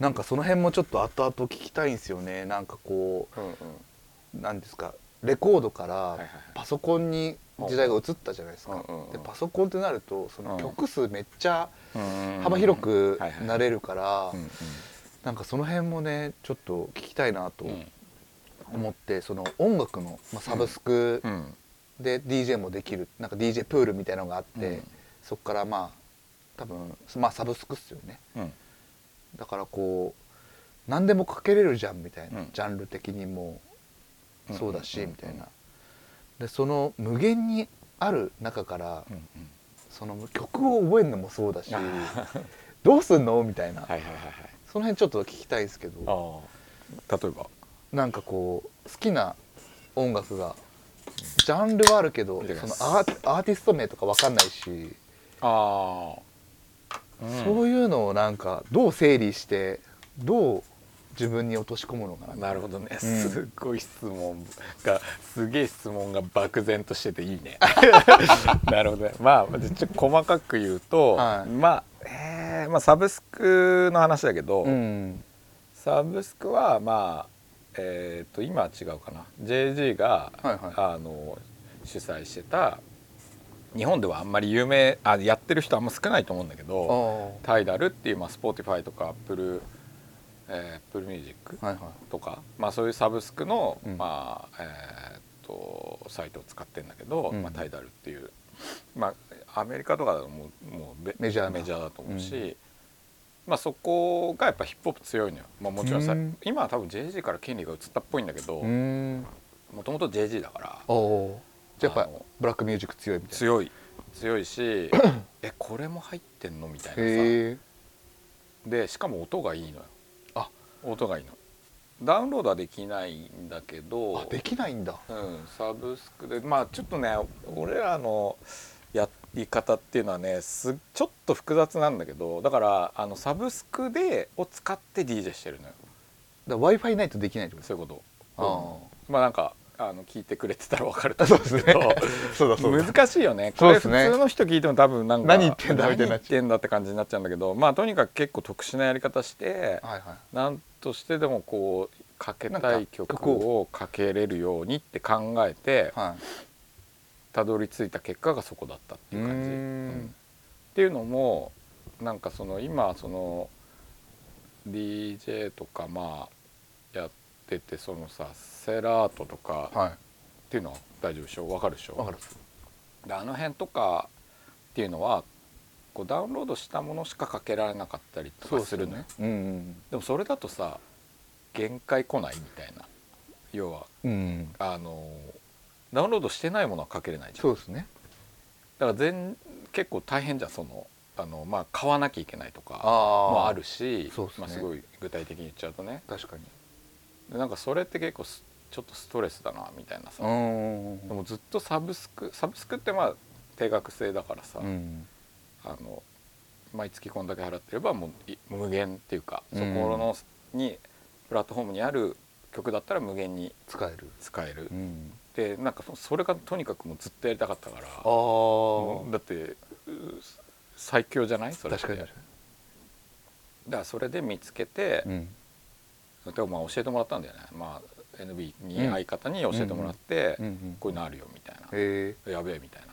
S1: なんかその辺もちょっと後々聞きたいんですよねなんかこ
S2: うんうん
S1: うなんですかレコードか
S2: はいは
S1: ら
S2: い
S1: パソコンに時代が移ったじゃないですか、
S2: うんうんうん
S1: でパソコンってなるとその曲数めっちゃ
S2: うん
S1: 幅広く
S2: はいはい
S1: なれるから、
S2: うんうん
S1: なんかその辺もねちょっと聞きたいなと
S2: うん
S1: 思って、その音楽の、まあ、サブスク
S2: うん
S1: で DJ もできるなんか DJ プールみたいなのがあって、
S2: うん
S1: そこからまあ多分まあサブスクっすよね
S2: うん
S1: だからこう何でもかけれるじゃんみたいな、
S2: うん
S1: ジャンル的にも
S2: うん
S1: そうだし、みたい
S2: うん
S1: なでその無限にある中から、
S2: うんうん
S1: その曲を覚えるのもそうだしどうすんのみたいな、
S2: はいはいはいはい
S1: その辺ちょっと聞きたいんですけど
S2: ああ例えば
S1: なんかこう好きな音楽がジャンルはあるけど
S2: あ
S1: そ
S2: りがとうございます
S1: のアーアーティスト名とかわかんないし、
S2: ああ、
S1: そうういうのをなんかどう整理してどう自分に落とし込むのかな
S2: なるほどね、
S1: うん
S2: すっごい質問がすげえ質問が漠然としてていい *laughs* ねなるほどねまあちょっと細かく言うと、
S1: はい
S2: まあえーまあサブスクの話だけど、
S1: うん
S2: サブスクはまあえっ、と今は違うかな JG が、
S1: はいはい
S2: あの主催してた日本ではあんまり有名あやってる人あんま少ないと思うんだけど、
S1: ああは
S2: タイダルっていう、まあ、Spotify とか Apple、えー、Apple Music
S1: いはい
S2: とか、まあ、そういうサブスクの、
S1: うん
S2: まあえーっとサイトを使ってんだけど、
S1: うん
S2: まあ、タイダルっていう、まあ、アメリカとかだともうもうベ
S1: メジャーな
S2: メジャーだと思うし、
S1: う
S2: まあ、そこがやっぱヒップホップ強いのよ、まあ、もちろんさ、
S1: うん
S2: 今は多分 JG から権利が移ったっぽいんだけど
S1: うーん
S2: もともと JG だから
S1: おおじゃあやっ
S2: あ
S1: ぱ
S2: の
S1: ブラックミュージック強いみたいな
S2: 強い強
S1: *clears throat*
S2: いしえこれも入ってんのみたいなさ。
S1: へえ
S2: でしかも音がいいのよ
S1: あ
S2: 音がいいのダウンロードはできないんだけど
S1: あできないんだ
S2: うん、サブスクでまあちょっとね俺らのやり方っていうのはねすちょっと複雑なんだけどだからあのサブスクでを使って DJ してるのよ
S1: だ w i f i ないとできないってこと
S2: そういうこ
S1: あ
S2: と、
S1: ー
S2: うんまあなんかあの聞いてくれてたら分かると思うんですけど
S1: *laughs* そうだ
S2: *laughs* 難しいよ
S1: *laughs*
S2: ね
S1: そ
S2: こ
S1: う
S2: れ
S1: です
S2: 普
S1: ね
S2: 通の人聞いても多分なんか
S1: 何言ってんだみたいに
S2: 何
S1: な
S2: 言
S1: っ
S2: っ
S1: ちゃう
S2: てんだって感じになっちゃうんだけどまあとにかく結構特殊なやり方して
S1: はいはい
S2: なんとしてでもこうかけ
S1: な
S2: た
S1: ん
S2: い
S1: か
S2: 曲
S1: 曲
S2: をかけれるようにって考えて
S1: はい
S2: たどり着いた結果がそこだったっていう感じ。
S1: うーん
S2: うんっていうのもなんかその今その DJ とかまあやっててそのさセラートとかっ
S1: はい
S2: ていうのは大丈夫でしょわかるでしょ
S1: わかる
S2: であの辺とかっていうのはこうダウンロードしたものしかかけられなかったりとかするのよ。
S1: うんうん
S2: でもそれだとさ限界来ないみたいな要は
S1: うん
S2: あのダウンロードしてないものはかけれないじゃん
S1: そうですね
S2: だから全結構大変じゃんそのあの、まあ、買わなきゃいけないとか
S1: あ
S2: もあるし
S1: そうっすね
S2: まあ、すごい具体的に言っちゃうとね
S1: 確かに
S2: でなんかそれって結構すちょっとストレスだなみたいなさ、
S1: ん
S2: でもずっとサブスクサブスクってまあ定額制だからさ、
S1: うん
S2: あの毎月こんだけ払ってればもうい無限っていうか、
S1: うん
S2: そこのにプラットフォームにある曲だったら無限に
S1: 使える
S2: 使える、
S1: ん
S2: でなんかそそれがとにかくもうずっとやりたかったから
S1: ああ
S2: だってう最強じゃないそれって
S1: 確かに確
S2: だ
S1: か
S2: からそれで見つけて、
S1: にうん
S2: でもまあ教えてもらったんだよね、まあ、NB に
S1: うん
S2: 相方に教えてもらって、
S1: うんうん
S2: こういうのあるよみたいな、
S1: へえ
S2: やべえみたいな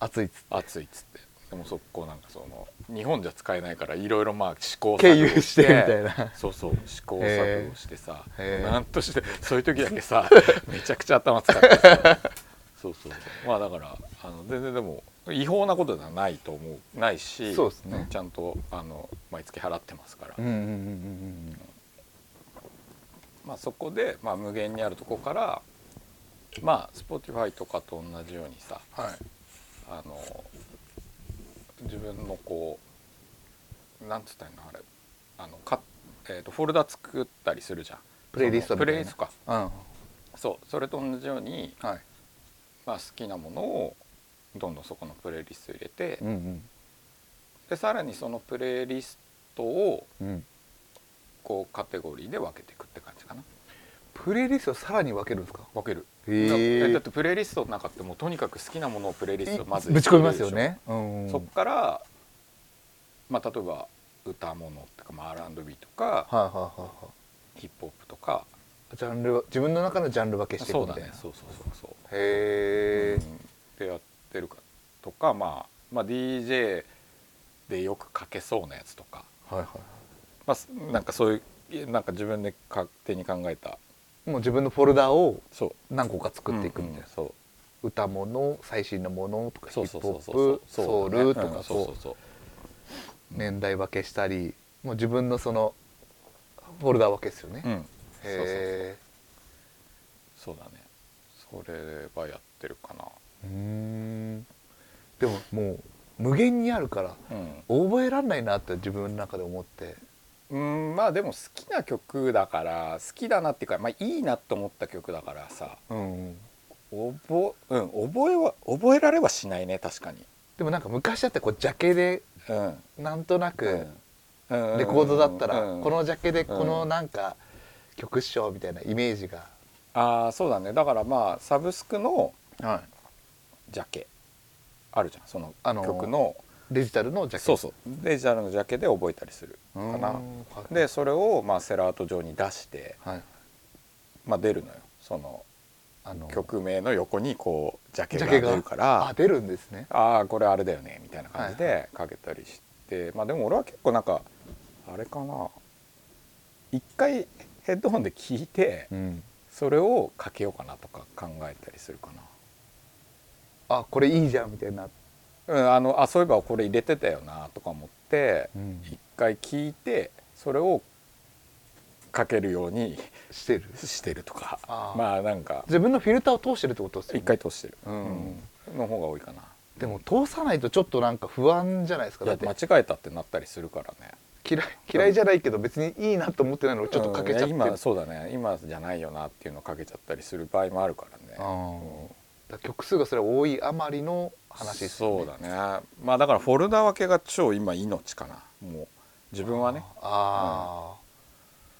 S1: 熱いっつ
S2: 熱いっつってでもそこなんかその日本じゃ使えないからいろいろまあ試行錯誤
S1: 経由してみたいな
S2: そうそう試行錯誤してさ、
S1: へー
S2: なんとしてそういう時だけ
S1: *laughs*
S2: さめちゃくちゃ頭使ってさそうそうまあだからあの全然でも違法なことではないと思うないし
S1: そうっすね
S2: ちゃんとあの毎月払ってますから、
S1: うんうんうん
S2: まあ、そこで、まあ、無限にあるとこからまあ Spotify とかと同じようにさ
S1: はい
S2: あの自分のこうなんつったらいいのあれあのか、えー、とフォルダ作ったりするじゃん
S1: プレイリスト
S2: そ
S1: み
S2: のプ
S1: た
S2: レイ
S1: い
S2: リ
S1: な
S2: ストか
S1: うんは
S2: そうそれと同じように、
S1: い
S2: まあ、好きなものをどんどんそこのプレイリスト入れて、
S1: ん
S2: でさらにそのプレイリストを
S1: うんうん
S2: こうカテゴリーで分けていくって感じかな
S1: プレイリストさらに分けるんですか
S2: 分けるだえ
S1: へ
S2: だっ
S1: え
S2: てプレイリストの中ってもうとにかく好きなものをプレイリストまず
S1: *laughs* ぶち込みますよ
S2: 入れる
S1: ねうん
S2: でしょそっから、まあ、例えば歌物とか、まあ、R&B とか
S1: はいはいはいはい
S2: ヒップホップとか
S1: ジャンルは自分の中のジャンル分けしていく
S2: そう
S1: み
S2: だ
S1: たいな、
S2: ねそうそうそうそう
S1: へえ、
S2: でやってるかとか、まあ、まあ DJ でよくかけそうなやつとか、
S1: はいは
S2: まあす、なんかそういうなんか自分で勝手に考えた
S1: いもう自分のフォルダを
S2: そう
S1: 何個か作っていくみたいな、
S2: うんそう
S1: 歌もの最新のものとかヒ
S2: そう
S1: ッ
S2: そ
S1: プホ
S2: うそうそう
S1: ップソウルと
S2: そうだねう
S1: か
S2: んそうそ
S1: こ
S2: う
S1: う
S2: そう
S1: 年代分けしたりもう自分のそのフォルダ分けですよね、
S2: う
S1: へ
S2: ん
S1: え
S2: そうそうそうそうだねそれはやってるかな
S1: うーんでももう無限にあるから
S2: うん
S1: 覚えられないなって自分の中で思って
S2: うんまあでも好きな曲だから好きだなっていうか、まあ、いいなと思った曲だからさ
S1: うん、うん、
S2: 覚,、うん、覚えは覚えられはしないね確かに、
S1: でもなんか昔だったらこうジャケで
S2: うん
S1: なんとな
S2: う
S1: く
S2: んうんうん
S1: レコードだったら
S2: うん
S1: このジャケでこの
S2: うん
S1: なんか曲師匠みたいなイメージが、
S2: ああそうだねだからまあサブスクの
S1: は
S2: ジャケあるじゃんその
S1: あのー
S2: 曲の
S1: い、デジタルのジャケ
S2: そうそうデジタルのジャケで覚えたりするかな
S1: で、
S2: でそれをまあセラート上に出して、
S1: はい、
S2: まあ、出るのよその
S1: あの
S2: 曲名の横にこうジャケが
S1: ジャケが
S2: 出るから
S1: あ出るんですね
S2: ああこれあれだよねみたいな感じでかけたりして、まあでも俺は結構なんかあれかな一回ヘッドホンで聞いて
S1: うん
S2: それをかけようかなとか考えたりするか
S1: あこれいいじゃんみたいな、
S2: な、うん、あのあそういえばこれ入れてたよなとか思って
S1: うん
S2: 一回聞いてそれをかけるように
S1: してる
S2: してるとか
S1: あー
S2: まあなんか
S1: 自分のフィルターを通してるってことですよね
S2: 一回通してる、
S1: うん
S2: うんの方が多いかな
S1: でも通さないとちょっとなんか不安じゃないですか
S2: い
S1: だ
S2: や
S1: って
S2: 間違えたってなったりするからね
S1: 嫌い嫌いじゃないけど別にいいなと思ってないのをちょっとかけちゃって
S2: う
S1: る、
S2: んいや今そうだね今じゃないよなっていうのをかけちゃったりする場合もあるからね
S1: あーだから曲数がそれ多いあまりの話ですよね
S2: そうだねまあだからフォルダ分けが超今命かなもう自分はね
S1: あ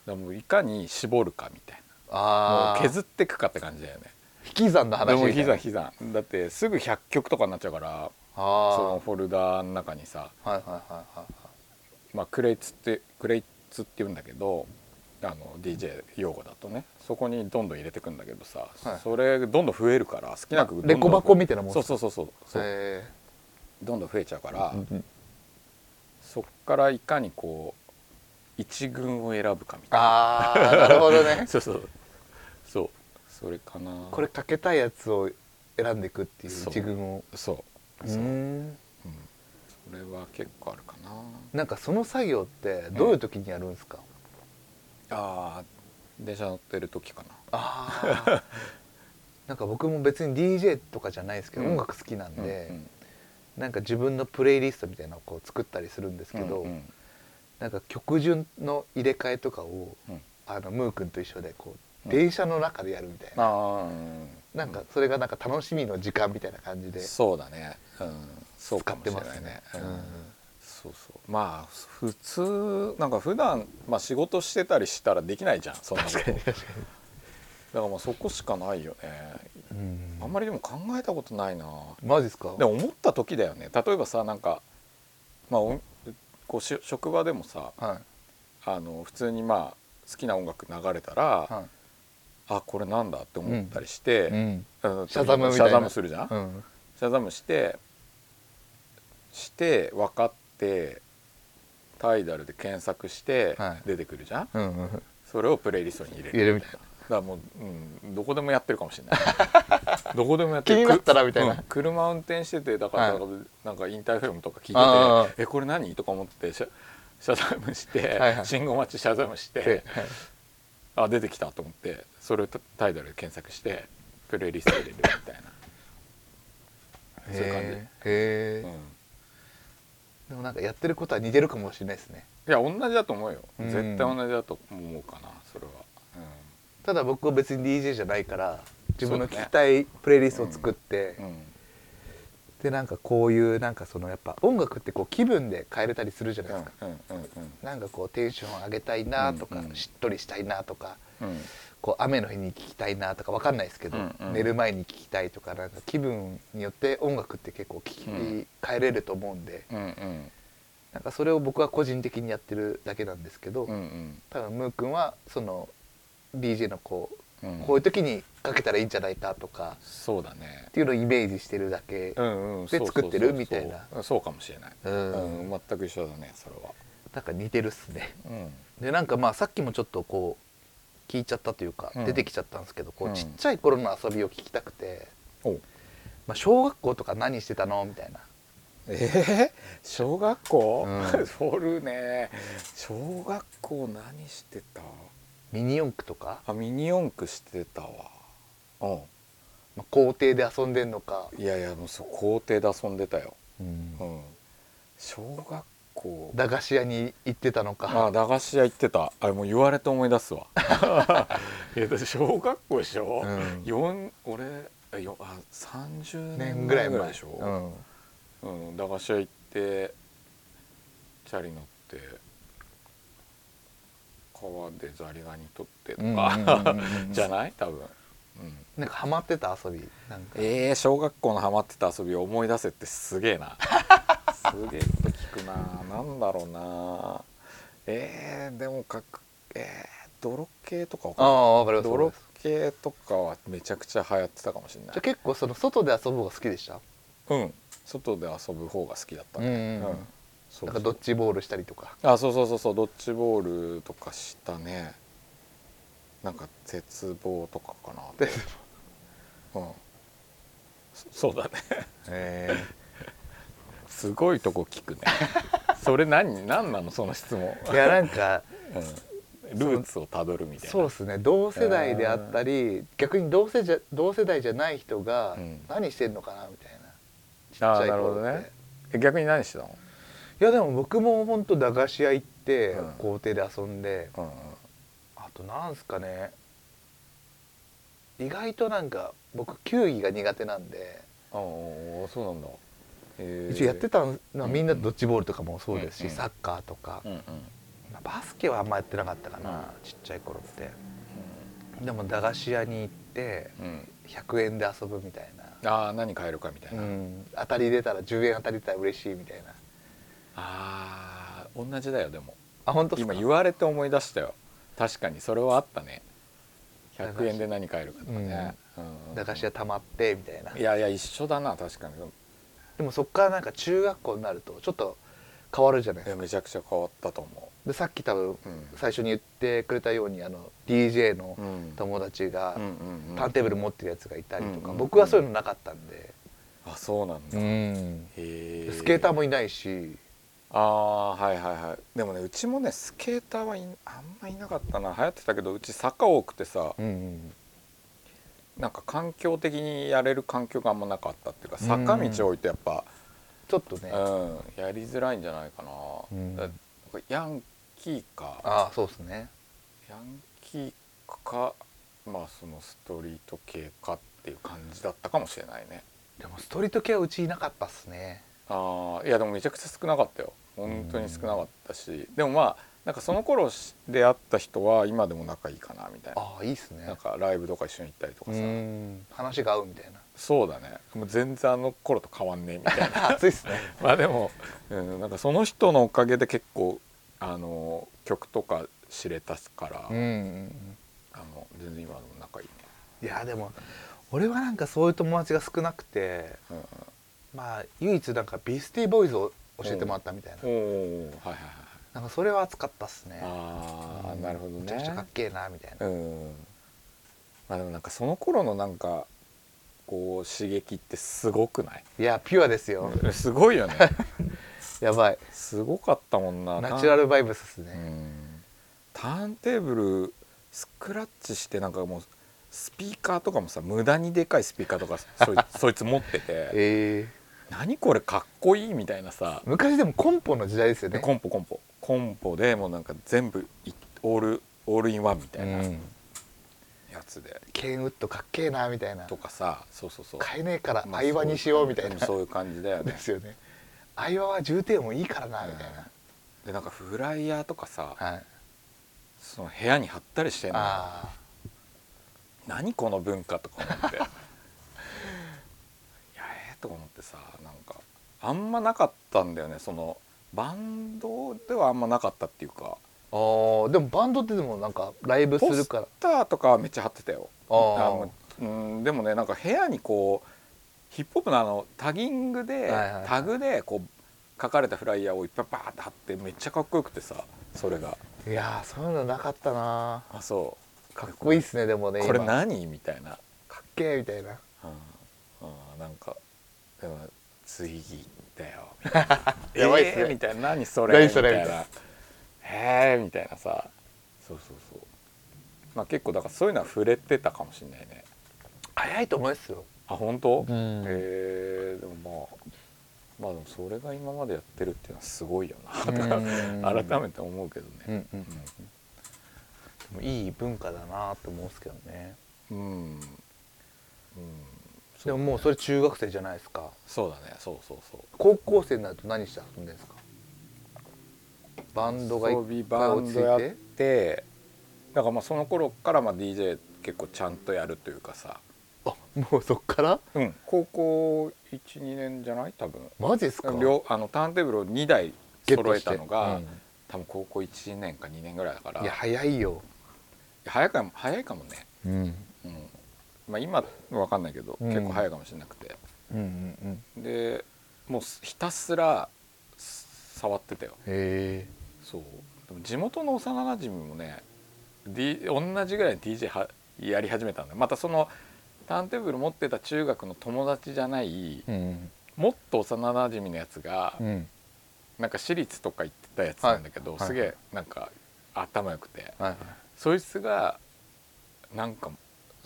S2: だからもういかに絞るかみたい
S1: ー、あ
S2: なも
S1: あ
S2: う削っていくかって感じだよね
S1: 引き算の話
S2: でも
S1: みたい
S2: 膝
S1: な
S2: 膝だってすぐ100曲とかになっちゃうから
S1: あ
S2: そ
S1: あ
S2: のフォルダの中にさ、
S1: はいはいはいはい
S2: まあ、クレイツってクレイツって言うんだけどあの DJ 用語だとねそこにどんどん入れてくんだけどさ、
S1: はい
S2: それどんどん増えるから好きな曲どんどん
S1: レコ箱みたいなもん
S2: そうそうそうそうそう
S1: へ
S2: どんどん増えちゃうから、
S1: ー
S2: そっからいかにこう一軍を選ぶかみたい
S1: ああなるほどね *laughs*
S2: なそうそうそうそれかな
S1: これかけたいやつを選んでいくっていう
S2: そう
S1: 自分を
S2: そう
S1: う
S2: そう、
S1: ん
S2: それは結構あるかな
S1: なんかその作業ってどういう時にやるんですか、
S2: あー電車乗ってる時かな
S1: ああ
S2: *laughs*
S1: なんか僕も別に DJ とかじゃないですけど、
S2: うん
S1: 音楽好きなんで、
S2: うん
S1: なんか自分のプレイリストみたいなのをこう作ったりするんですけど、
S2: うんうん
S1: なんか曲順の入れ替えとかを
S2: うん
S1: あのムー君と一緒でこ
S2: う
S1: うん電車の中でやるみたい
S2: あ
S1: な、
S2: ーうん
S1: なんかそれがなんか楽しみの時間みたいな感じで
S2: そうだね、うん、そう
S1: 使
S2: か
S1: っ
S2: もしてれな
S1: ま
S2: い
S1: す
S2: ね
S1: ね。
S2: うん
S1: うん
S2: そうそうまあ普通なんか普段まあ仕事してたりしたらできないじゃんそんなことだからまあそこしかないよね
S1: うん
S2: あんまりでも考えたことないな
S1: マジですか
S2: でも思った時だよね例えばさなんかまあおこうし職場でもさ
S1: は
S2: あの普通にまあ好きな音楽流れたら、
S1: いは
S2: あこれなんだって思ったりして、
S1: い、うん
S2: あの
S1: シャザムみたいな
S2: シャザムするじゃん、
S1: うん、
S2: シャザムしてして分かってタイダルで検索して
S1: はい
S2: 出てくるじゃん、
S1: うんうん、
S2: それをプレイリストに入れる
S1: 入れるみたいな
S2: だからもう、うん、どこでもやってるかもしれ
S1: *laughs*
S2: ないどこでもやってる
S1: 気になったらみたいな
S2: うん車運転しててだから、
S1: はい
S2: なんかインターフェムとか聞
S1: あ
S2: いてて「えこれ何?」とか思ってシャシャザムして、
S1: はいはい
S2: 信号待ちシャザムして、
S1: で
S2: あ出てきたと思ってそれをタイダルで検索してプレイリスト入れるみたいな、そういう感じ
S1: へえ、
S2: うん、い
S1: でもなんかやってることは似てるかもしれないですね
S2: や同じだと思うよ、
S1: うん
S2: 絶対同じだと思うかなそれは、
S1: ただ僕は別に DJ じゃないから自分の
S2: そうだ
S1: 聞
S2: ね
S1: きたいプレイリストを作って、
S2: うんうん、
S1: でなんかこういうなんかそのやっぱ音楽ってこう気分で変えれたりするじゃないですか、
S2: うんうんうん
S1: なんかこうテンション上げたいなとか、
S2: うんうん
S1: しっとりしたいなとか
S2: うんうん
S1: こう雨の日に聞きたいなとかわかんないですけど、
S2: うんうん
S1: 寝る前に聞きたいとかなんか気分によって音楽って結構聞き変えれると思うんで、
S2: うんうん
S1: なんかそれを僕は個人的にやってるだけなんですけど、
S2: うんうん
S1: 多分ムー君はその DJ のこう、
S2: うん
S1: こういう時にかけたらいいんじゃないかとか
S2: そうだね
S1: っていうのをイメージしてるだけ、
S2: うんうん
S1: で
S2: そうそうそう
S1: 作ってるみたいな
S2: そうかもしれない、
S1: うん
S2: うん全く一緒だねそれは
S1: なんか似てるっすね。
S2: うん
S1: でなんかまあさっきもちょっとこう聞いちゃったというか、
S2: うん
S1: 出てきちゃったんですけどこ
S2: う
S1: うんちっちゃい頃の遊びを聞きたくて、
S2: おう
S1: まあ、小学校とか何してたのみたいな
S2: えー、小学校、
S1: うん
S2: *laughs* そるね小学校何してた
S1: ミニ四駆とか、
S2: あミニ四駆してたわう
S1: まあ、校庭で遊んでんのか、
S2: んいやいやもうそう校庭で遊んでたよ、
S1: うん
S2: うん、小学校
S1: 駄菓子屋に行ってたの
S2: あ
S1: か
S2: 駄菓子屋行ってたあれもう言われて思い出す *laughs* わいやだって小学校でしょ、
S1: うん
S2: 四俺あよあ
S1: 年
S2: 30年
S1: ぐらい前
S2: 前ぐらいでし
S1: う
S2: ょ、
S1: ん
S2: うん駄菓子屋行ってチャリ乗って川でザリガニ取ってと
S1: う
S2: か、
S1: んうんうんうん
S2: *laughs* じゃない多分、うん、
S1: なんかハマってた遊びなんか
S2: えー、小学校のハマってた遊びを思い出せってすげ
S1: *laughs*
S2: えなすげえこと聞くななんだろうなえー、でもかくえー、泥系とかわか
S1: あ
S2: んない
S1: あ分かりますわかり
S2: 泥
S1: ます
S2: 系とかはめちゃくちゃ流行ってたかもしれな
S1: じゃあ
S2: い
S1: 結構その外で遊ぶ方が好きでした
S2: うん外で遊ぶ方が好きだったね
S1: うんうんうん
S2: そう
S1: なんか
S2: そう
S1: ドッジボールしたりとか
S2: あそうそうそうそうドッジボールとかしたねなんか鉄棒とかかな
S1: で
S2: うんそそうだね
S1: え
S2: すごいとこ聞く
S1: *laughs*
S2: ねそれ何何なのその質問、
S1: ーいやなんか
S2: うん、ルーツをたどるみたいな
S1: そうですね同世代であったり逆に同世じゃ同世代じゃない人が
S2: うん
S1: 何してんのかなみたいな、ちっち
S2: あ
S1: ゃ
S2: あ
S1: い
S2: なるほ
S1: 頃
S2: ど
S1: って、
S2: ねえ逆に何してたの、
S1: いやでも僕も本当駄菓子屋行って、
S2: うん
S1: 校庭で遊んで
S2: うんうん、
S1: あとなんすかね意外となんか僕球技が苦手なんで、
S2: ああそうなんだえ
S1: 一応やって
S2: た
S1: たのはみんなとドッジボールとかもそうですし、
S2: うんうん
S1: サッカーとか、
S2: うんうん
S1: まあバスケはあんまやってなかったかな、
S2: うん
S1: ちっちゃい頃ってでも駄菓子屋に行って
S2: うんうん
S1: 100円で遊ぶみたいな
S2: ああ何買えるかみたいな、
S1: うん、当たり出たら10円当たり出たら嬉しいみたいな
S2: ああ同じだよでも
S1: あ本当
S2: 今言
S1: わ
S2: われて思い出したよ確かにそれはあったね100円で何買えるかとかね、うんうん
S1: 駄菓子屋溜まってみたいない
S2: やいや一緒だ
S1: *laughs*
S2: な確かに
S1: でもそっからなんか中学校になるとちょっと変わるじゃない
S2: い
S1: です
S2: や
S1: か
S2: めちゃくちゃ変わったと思
S1: でさっき多分
S2: う、うん
S1: 最初に言ってくれたようにあの DJ の
S2: うん
S1: 友達が
S2: うんうんうん
S1: ターンテーブル持ってるやつがいたりと
S2: うんうん
S1: か
S2: うん
S1: 僕はそういうのなかったんで、
S2: あそうなんだ、へえ
S1: スケーター
S2: も
S1: もいないし
S2: ああーはいはいはいでもねうちもねスケーターはいんあんまいなかったな流行ってたけどうち坂多くてさ
S1: うん
S2: なんか環境的にやれる環境があんまなかったっていうか
S1: うん
S2: 坂道多いとやっぱ、
S1: ちょっとね
S2: う
S1: あ
S2: んやりづらいんじゃないかな、
S1: うん
S2: だなんかヤンキーか
S1: あそうですね
S2: ヤンキーかまあそのストリート系かっていう感じだったかもしれないね
S1: でもストリート系はうちいなかったっすね
S2: あーいやでもめちゃくちゃ少なかったよ本当に少なかったし、でもまあなんかその頃し出会った人は今でも仲いいかなみたいな
S1: ああいいっすね
S2: なんかライブとか一緒に行ったりとかさ、
S1: うん話が合うみたいな
S2: そうだねもう全然あの頃と変わんねえ
S1: *laughs*
S2: みたいな
S1: 暑いっすね
S2: まあでも、うん、なんかその人のおかげで結構あの曲とか知れたから、
S1: うん
S2: あの全然今でも仲いいね、
S1: いやでも俺はなんかそういう友達が少なくて
S2: うん
S1: まあ唯一なんかビースティーボーイズを教えてもらったみたいな、
S2: うん、おおはいはいはい
S1: なんかそれは熱かったっすね
S2: ああ、
S1: うん
S2: なるほど
S1: め
S2: ね
S1: ちゃくちゃかっけえなみたいな、
S2: うんまあでもなんかその頃のなんかこう刺激ってすごくない、
S1: いやピュアですよ、
S2: す
S1: *laughs*
S2: ごいよね
S1: やばい
S2: すごかったもんな
S1: ナチュラ
S2: ル、
S1: ルバイブスっす
S2: う
S1: ね、
S2: ん、ターンテーブルスクラッチしてなんかもうスピーカーとかもさ無駄にでかいスピーカーと
S1: *laughs*
S2: かそいそいつ持ってて
S1: え
S2: 何これかっこいいみたいなさ
S1: ー、昔でもコンポの時代ですよ
S2: で
S1: ね
S2: コンポコンポコンポでもうなんか全部いオールオールインワンみたいな
S1: うん
S2: やつで、
S1: ケンウッドかっけえなみたいな
S2: とかさそうそうそう
S1: 買えねえから
S2: まあ
S1: 相葉にしようみたいな、
S2: でもそういう感じだよね
S1: *laughs* ですよね相葉は重点音いいからなみたいな、
S2: でなんかフライヤーとかさ
S1: はい
S2: その部屋に貼ったりしてんの
S1: あ
S2: 何この文化とか思っ
S1: *laughs*
S2: ていやええとか思ってさなんかあんまなかったんだよねそのバンドではあんまなかったっていうか
S1: ああーでもバンドってでもなんかライブす
S2: ポ
S1: る
S2: ス
S1: から
S2: ターとかはめっちゃ貼ってたよ
S1: あー
S2: あのうんでもねなんか部屋にこうヒップホップのあのタギングで、
S1: はいはいはい
S2: タグでこう書かれたフライヤーをいっぱいバーって貼ってめっちゃかっこよくてさそれが
S1: いやーそういうのなかったな
S2: あそう
S1: かっこいいっ
S2: す
S1: すねでもね
S2: これ
S1: 今
S2: 何みたいな、
S1: かっけーみたいな
S2: うんうん、なんかでもツイギーだよ
S1: *laughs* やばいっすね
S2: えーみたいな何それ
S1: 何それ
S2: みたいなへえみたいなさそうそうそうまあ結構だからそういうのは触れてたかもしれないね
S1: 早いと思いますよ
S2: あ本当、
S1: う
S2: へ
S1: ん
S2: えでもまあまあでもそれが今までやってるっていうのはすごいよな
S1: うん
S2: とか *laughs* 改めて思うけど
S1: う
S2: ね
S1: んうんでもいい文化だなって思うんですけどね
S2: うん、うん
S1: でももうそれ中学生じゃないですか
S2: そうだねそうそうそう
S1: 高校生になると何して遊んでるんですかバンドが
S2: 遊
S1: 一
S2: び
S1: 回
S2: バ
S1: 落
S2: ン
S1: ち
S2: ドやっ
S1: 着いて
S2: てだからまあその頃からまあ DJ 結構ちゃんとやるというかさ、
S1: あもうそっから
S2: うん、高校12年じゃない多分
S1: マジですか
S2: 両あのターンテーブルを2台
S1: ゲッ
S2: 揃
S1: ト
S2: え
S1: して
S2: たのが、
S1: うん
S2: 多分高校1年か2年ぐらいだから
S1: いや早いよ、
S2: 早いかも早いかもね
S1: うん、
S2: うんまあ、今わかんないけど、
S1: うん
S2: 結構早いかもしれなくて
S1: うんうんうん
S2: でもうひたすらす触ってたよ
S1: へ
S2: そうでも地元の幼なじみもね、D、同じぐらい DJ はやり始めたんだよまたそのターンテーブル持ってた中学の友達じゃない、
S1: えうん
S2: もっと幼なじみのやつが、
S1: うん
S2: なんか私立とか行ってたやつなんだけど、
S1: はいはい
S2: すげえなんか頭良くて、
S1: はいはい
S2: そいつがなんか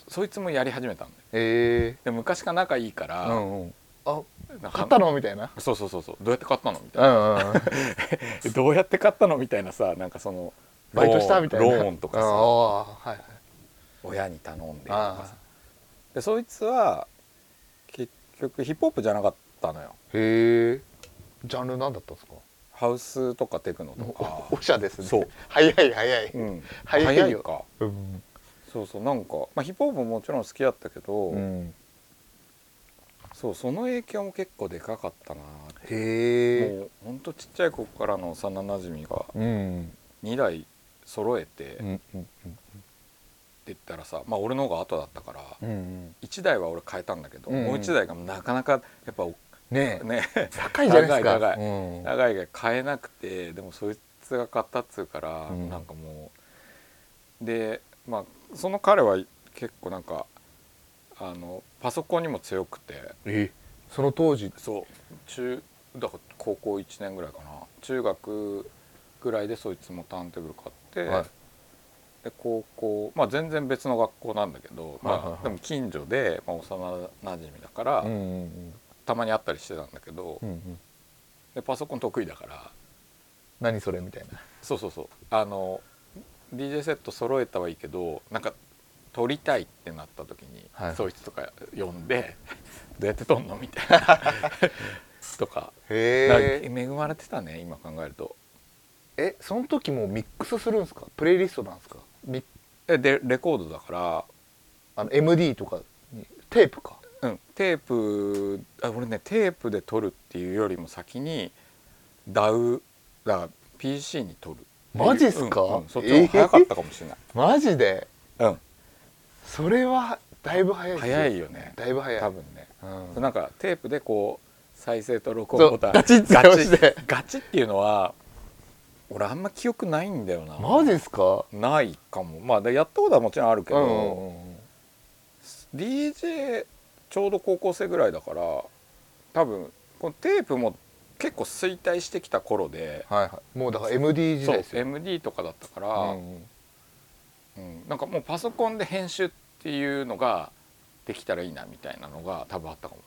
S2: そいつもやり始めたんだよ
S1: え
S2: で昔から仲いいから、
S1: えうんうんあ
S2: なんか
S1: 買ったのみたいな
S2: そうそうそうそうどうやって買ったのみたいな
S1: うんうんうん
S2: えどうやって買ったのみたいなさなんかその
S1: *laughs* バイトした
S2: ローン
S1: みたいな
S2: ローンとか
S1: あ
S2: さ
S1: あはいはい
S2: 親に頼んでとか
S1: あ
S2: さでそいつは結局ヒップホップじゃなかったのよ
S1: あへえジャンル何だったんですか
S2: ハウスとかテクノとか
S1: おおしゃですね
S2: そう
S1: 早い早い、
S2: うん、
S1: 早いよ
S2: か
S1: うん
S2: そうそうなんか、まあ、ヒップホップももちろん好きだったけど、
S1: うん、
S2: そうその影響も結構でかかったな
S1: へえ
S2: もうほんとちっちゃい子からの幼なじみが
S1: うん
S2: 2台揃えて、
S1: う
S2: って
S1: んうん
S2: 言ったらさまあ俺の方が後だったから、
S1: うん
S2: 1台は俺変えたんだけど、
S1: うんうん
S2: もう1台がなかなかやっぱお
S1: ねえ
S2: ね
S1: 高いじゃないですか
S2: 高い高い
S1: うん
S2: 長いが買えなくてでもそいつが買ったっつうから、
S1: うん
S2: なんかもうでまあその彼は結構なんかあのパソコンにも強くて
S1: えその当時
S2: そう中だから高校1年ぐらいかな中学ぐらいでそいつもターンテーブル買って、
S1: はい
S2: で高校まあ全然別の学校なんだけど、まあ
S1: はいはいはい
S2: でも近所で、まあ、幼なじみだから、
S1: うんうん
S2: たまに会ったりしてたんだけど、
S1: うんうんうん
S2: でパソコン得意だから
S1: 何それみたいな
S2: そうそうそうあの DJ セット揃えたはいいけどなんか撮りたいってなった時に、
S1: はい
S2: そいつとか呼
S1: *laughs*
S2: んで「どうやって撮んの?」みたいな *laughs* とか
S1: へ
S2: 恵まれてたね今考えると
S1: ええその時もうミックスするんですかプレイリストなんですかミッ
S2: えでレコードだか、
S1: あの MD とかにテープから
S2: うん、テープあ俺ねテープで撮るっていうよりも先に DAW だから PC に撮る
S1: マジっすか
S2: うんうんそっちの方が早かったかもしれない、
S1: マジで
S2: うん
S1: それはだいぶ早いです
S2: 早いよね
S1: だいぶ早い
S2: 多分ね
S1: うん
S2: なんかテープでこう再生と録
S1: そ
S2: 音
S1: う
S2: ボタン
S1: ガチッて
S2: ガ
S1: 押
S2: チ
S1: して
S2: ガチっていうのは俺あんま記憶ないんだよな
S1: マジっすか
S2: ないかもまあでやったことはもちろんあるけど、
S1: ん
S2: DJ ちょうど高校生ぐらいだから多分このテープも結構衰退してきた頃で、
S1: はいはいもうだから MD 時
S2: そ
S1: 代
S2: う
S1: ですよ
S2: MD とかだったから、
S1: うん
S2: うんなんかもうパソコンで編集っていうのができたらいいなみたいなのが多分あったかも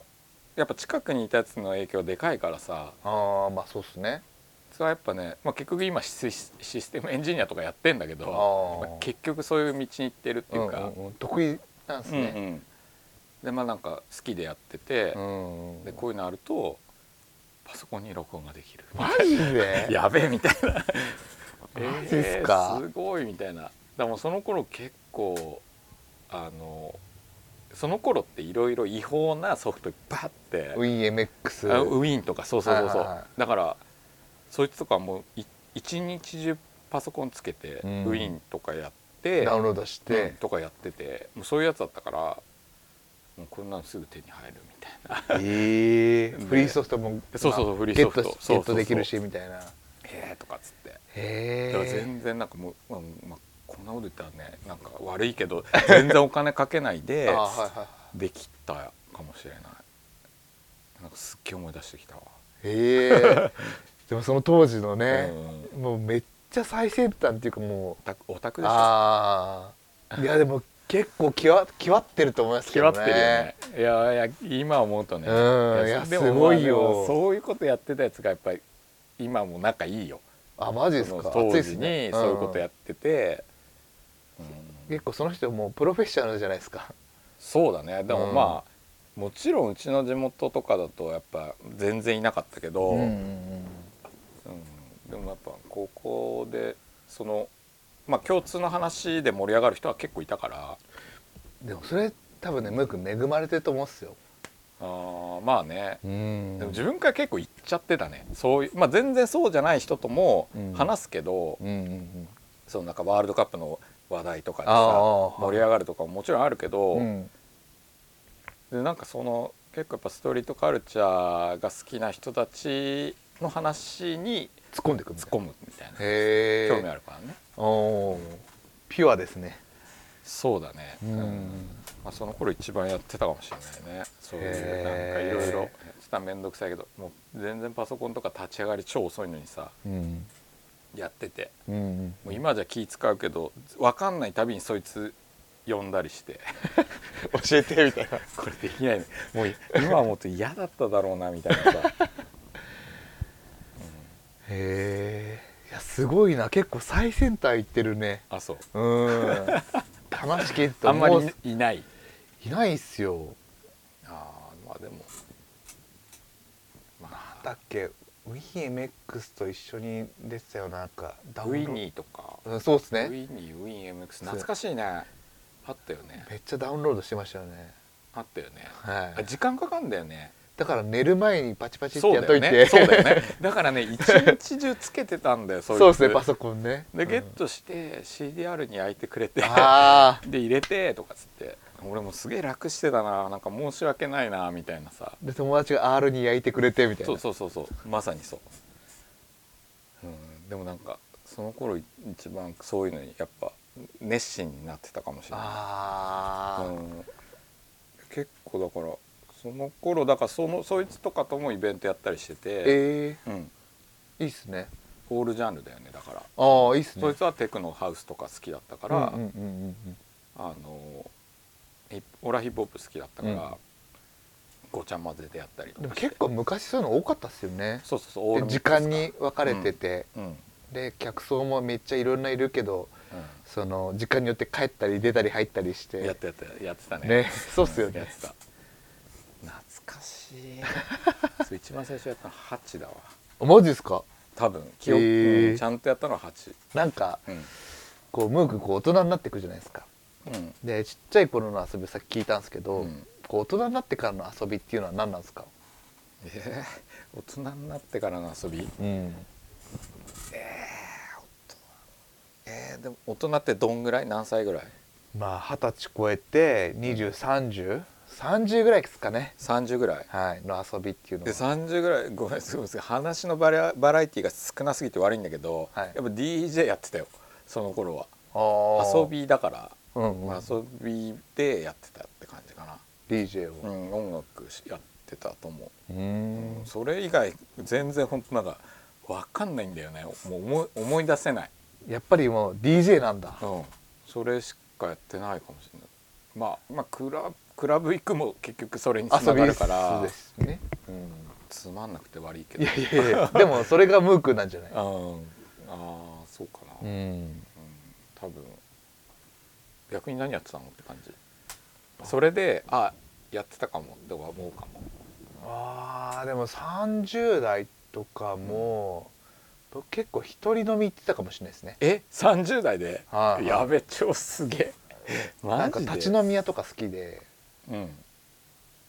S2: やっぱ近くにいたやつの影響でかいからさ
S1: ああまあそうっすね
S2: それはやっぱね、まあ、結局今シスシステムエンジニアとかやってんだけど
S1: あー
S2: まあ結局そういう道に行ってるっていうか、
S1: んんん得意なんです
S2: うんう
S1: ね
S2: んでまあなんか好きでやってて、
S1: ん
S2: でこういうのあるとパソコンに録音ができる *laughs*
S1: マジで
S2: やべえみたい
S1: *laughs*
S2: な *laughs*
S1: マジっすか
S2: えーすごいみたいなでもその頃結構あのその頃っていろいろ違法なソフトバッて
S1: ウィン MX
S2: あウィーンとかそうそうそうそう、
S1: はいはいはい
S2: だからそいつとかもうい一日中パソコンつけて、
S3: うん
S2: ウィンとかやって
S1: ダウンロードして、
S2: でとかやっててもうそういうやつだったからもうこんなのすぐ手に入るみた
S1: *laughs*
S2: い
S1: え
S2: な
S1: ーフリーソフトも
S2: そうそうそう
S1: まあ
S2: フリーソフト
S1: ゲットし
S2: そ
S1: ゲッ
S2: うそうそ
S1: ト
S2: う
S1: できるしみたいな
S2: ええとかっつってだから
S1: へ
S2: 全然なんかもう、まあまあ、こんなこと言ったらねなんか悪いけど *laughs* 全然お金かけない
S1: え
S2: で
S1: あはいはい
S2: できたかもしれないなんかすっげえ思い出してきたわ、
S1: へえ
S2: *laughs*
S1: でもその当時のね、
S2: う
S1: もうめっちゃ最先端っていうかも
S2: オタクオタク
S1: う
S2: でしょ
S1: ああいやでも結構極極ってると思いますけ
S2: 極
S1: どね
S2: ってるよねいやいや今思うとね
S1: うんいや
S2: です
S1: ごいよ
S2: まあでもそういうことやってたやつがやっぱり今も仲いいよ
S1: あマジですか
S2: その
S1: 熱い
S2: 当
S1: で
S2: 時
S1: す
S2: に
S1: ね
S2: そういうことやってて、
S1: うん
S2: うん
S1: 結構その人もうプロフェッショナルじゃないですか
S2: そうだねでもまあ、もちろんうちの地元とかだとやっぱ全然いなかったけど、うんでもやっぱ高校でそのまあ共通の話で盛り上がる人は結構いたから
S1: でもそれ多分ねムー君恵まれてると思うんですよ
S2: あーまあね
S1: うん
S2: でも自分から結構行っちゃってたねそういう、まあ、全然そうじゃない人とも
S1: うん
S2: 話すけど、
S1: うんうんうん
S2: そのなんかワールドカップの話題とかで
S1: あ
S2: さ
S1: あああ
S2: 盛り上がるとかももちろんあるけど、
S1: うん
S2: でなんかその結構やっぱストリートカルチャーが好きな人たちの話に
S1: 突っ込んでくる
S2: 突っ込むみたいな
S1: へえ
S2: 興味あるからね
S1: おーピュアですね
S2: そうだね、
S1: うん
S2: まあ、その頃一番やってたかもしれないねそういうなんかい
S1: へー
S2: ろいろやってた面倒くさいけどもう全然パソコンとか立ち上がり超遅いのにさ
S1: うん
S2: やってて
S1: うん
S2: もう今じゃ気使うけど分かんないたびにそいつ呼んだりして *laughs* 教えてみたいなこれできないねもう今思うと嫌だっただろうなみたいなさ *laughs*
S1: へえいやすごいな結構最先端行ってるね
S2: あそう
S1: うーん話聞いてて
S2: あんま
S1: もう
S2: りいない
S1: いないっすよ
S2: あーまあでもまあ
S1: だっけウィン MX と一緒に出てたよなんかダ
S2: ウィ
S1: ー
S2: ニーとか
S1: ドうんそうっす
S2: ウ
S1: ね
S2: ィニーウィン MX 懐かしいねあったよね
S1: めっちゃダウンロードしてましたよね
S2: あったよね
S1: は
S2: あ
S1: い
S2: 時間かかんだよね
S1: だから寝る前にパチパチって
S2: そ
S1: やっ
S2: うだ
S1: と
S2: よ
S1: い
S2: ね *laughs*
S1: て *laughs*
S2: そうだよねだからね一日中つけてたんだよそいつ
S1: そうですねパソコンね
S2: でゲッ
S1: うん
S2: トして CDR に焼いてくれて
S1: あ
S2: *laughs* で入れてとかっつって俺もすげえ楽してたななんか申し訳ないなみたいなさ
S1: あで友達が R に焼いてくれてみたい
S2: そう
S1: な
S2: そうそうそうまさにそう、うん、でもなんかその頃い一番そういうのにやっぱ熱心になってたかもしれ
S1: あ
S2: ない、
S1: あ
S2: うん、結構だからその頃だからそのそいつとかともイベントやったりしてて、
S1: え
S2: うん、
S1: えいいっすね
S2: オールジャンルだよねだから、
S1: ああいいっすね
S2: そいつはテクノハウスとか好きだったか、
S1: からうんうんうんうん
S2: あのヒップオラヒップホップ好きだったから、
S1: うん
S2: ごちゃ混ぜでやったりと
S1: で
S2: か
S1: も
S2: して
S1: 結構昔そういうの多かったっすよね
S2: そうそうそうオー
S1: で
S2: ルミッ
S1: 時
S2: クスか
S1: 間に分かれてて、
S2: うん、うん
S1: で客層もめっちゃいろんないるけどその時間によって帰ったり出たり入ったりして
S2: やってやってやってたね
S1: ね *laughs* そうっすよ
S2: やっ
S1: ね
S2: てた懐かし
S1: *laughs*
S2: いそう一番最初やったのハチだわ
S1: あマジですか
S2: 多分記憶、
S1: へー
S2: うんちゃんとやったのはハチ
S1: なんか
S2: うん、
S1: こうムークこう大人になってくるじゃないですか
S2: うん、
S1: でちっちゃい頃の遊びをさっき聞いたんですけど、
S2: うん
S1: こう大人になってからの遊びっていうのは何なんですか、
S2: えー、大人になってからの遊び
S1: うん、
S2: えー、でも大人ってどんぐらい何歳ぐらい
S1: まあ二十歳超えて203030ぐらいですかね
S2: 30ぐらい
S1: はいの遊びっていうの
S2: で
S1: は
S2: 30ぐらいごめんすごいすごい話のバラバラエティが少なすぎて悪いんだけど、
S1: はい
S2: やっぱ DJ やってたよその頃は
S1: あー
S2: 遊、びだから、
S1: うんうん、
S2: 遊びでやってたって感じか
S1: DJ
S2: な、う
S1: を
S2: ん、音楽しやってたと思
S1: う
S2: う、
S1: ん
S2: それ以外全然本当なんか分かんないんだよねもう思い思い出せない、
S1: やっぱりもう DJ なんだ
S2: うん、それしかやってないかもしれないまあまあクラクラブ行くも結局それにつな
S1: 遊び
S2: がるから
S1: ですね
S2: うん、つまんなくて悪いけ
S1: い
S2: ど
S1: やいやい
S2: *laughs*
S1: やでもそれがムークなんじゃない
S2: あーあーそうかな、うん
S1: ん
S2: 多分逆に何やってたのって感じそれであやってたかもって思うかも
S1: あーでも30代とかも、僕結構一人飲み行ってたかもしれないですね
S2: え30代で
S1: はいはい
S2: やべ超すげえ
S1: な
S2: マ
S1: んか
S2: ジで
S1: 立ち飲み屋とか好きで
S2: うん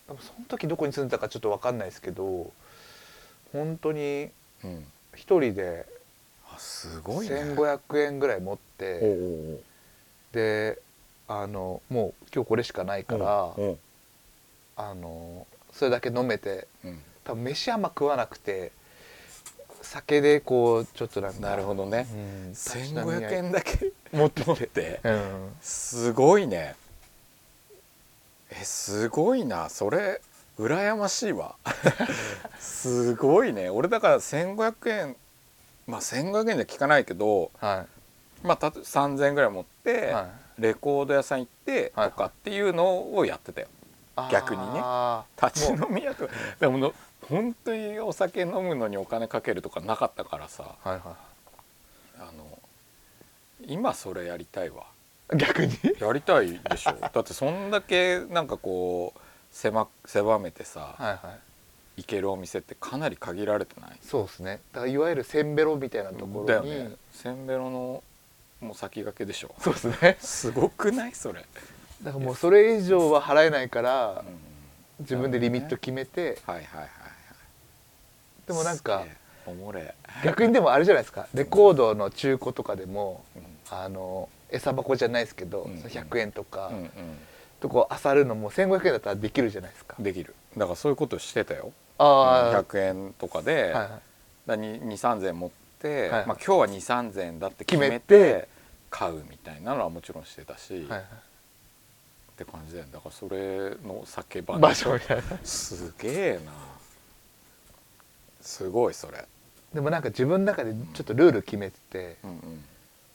S1: 多分その時どこに住んでたかちょっと分かんないですけど本当に
S2: うん
S1: 一人で
S2: あすごいね
S1: 1500円ぐらい持っ
S2: おう
S1: て
S2: おう
S1: であのもう今日これしかないか
S2: おう
S1: ら
S2: おう
S1: あのそれだけ飲めて
S2: うん
S1: 多分飯あんま食わなくて酒でこうちょっとなんか
S2: なるほどね
S1: うん
S2: 1500円だけ持ってって
S1: うん
S2: すごいねえすごいなそれ羨まし
S1: *laughs*
S2: いわすごいね俺だから1500円まあ1500円じゃ効かないけど、
S1: は
S2: まあ、たと3000円ぐらい持って、
S1: い、はい
S2: レコード屋さん行って
S1: はい
S2: とかっていうのをやってたよ、
S1: あー
S2: 逆にね立ち飲み屋とかでもの本当にお酒飲むのにお金かけるとかなかったからさ
S1: はいは
S2: あの今それやりたいわ *laughs*
S1: い逆に
S2: やりたいでしょだってそんだけなんかこう狭狭めてさ、
S1: はいはい
S2: 行けるお店ってかなり限られてない
S1: そうですねだからいわゆるせんべろみたいなとこ
S2: だ
S1: ろ
S2: よ
S1: に、
S2: ねせんべろのもう先駆けでしょ
S1: そうですね
S2: すごくないそれ、
S1: だからもうそれ以上は払えないか
S2: う
S1: ら
S2: ん
S1: 自分でリミット決めて
S2: はいはいはいはい
S1: でもなんか
S2: すげえおもれ、
S1: 逆にでもあれじゃないですかレコードの中古とかでも
S2: うん
S1: あの餌箱じゃないですけど、
S2: うんうん
S1: 100円とか、
S2: うん
S1: とこう漁るのも1500円だったらできるじゃないですか
S2: うん、できるだからそういうことしてたよ
S1: あ
S2: 100円とかで、
S1: あ、はいはい
S2: だに2,3000円持って、
S1: はい
S2: まあ、今日は2,3000円だって決めて
S1: 決めて
S2: 買うみたいなのはもちろんしてたし、
S1: はいは
S2: って感じだよねだからそれの酒場
S1: い、場所みたいな
S2: すげえなすごいそれ
S1: でもなんか自分の中でちょっとルール決めてて、
S2: うんうん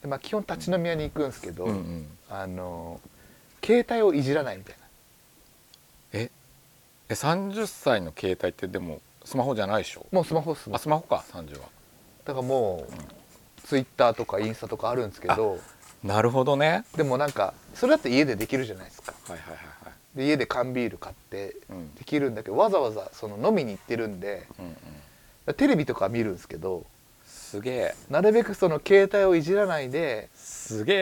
S1: でまあ、基本立ち飲み屋に行くんですけど、
S2: うんうん
S1: あの携帯をいじらないみたいな
S2: ええ30歳の携帯ってでもスマホじゃないでしょ
S1: もうスマホっすもん
S2: あスマホか30は
S1: だからもうツイッターとかインスタとかあるんですけど
S2: なるほどね
S1: でもなんかそれだって家でできるじゃないですか
S2: はいはいはいはい
S1: で家で缶ビール買って
S2: うん
S1: できるんだけどわざわざその飲みに行ってるんで
S2: うんうん
S1: テレビとか見るんですけど
S2: すげえ
S1: なるべくその携帯をいじらないです
S2: げ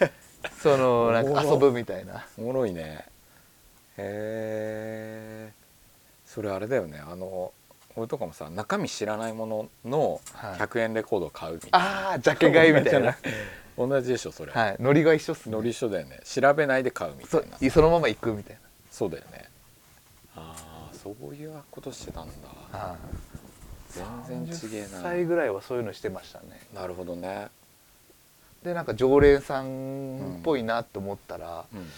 S2: え
S1: そのなんか
S2: お
S1: 遊
S2: もろ
S1: ぶみたいな
S2: おもろいねへえそれあれだよねあの俺とかもさ中身知らないものの
S1: はい
S2: 100円レコードを買うみたいな、
S1: ああジャケ買いみたいな
S2: *laughs* 同じでしょそれ、
S1: はいノリが一緒っすね
S2: ノリ一緒だよね調べないで買うみた
S1: そ
S2: いな
S1: そのまま行くみたい
S2: そうだよねああそういうことしてたんだ
S1: な
S2: 全然ちげえ
S1: 30歳ぐらいはそういうのしてましたね
S2: ななるほどね、
S1: でなんか常連さんっぽいなと思ったら、
S2: うん、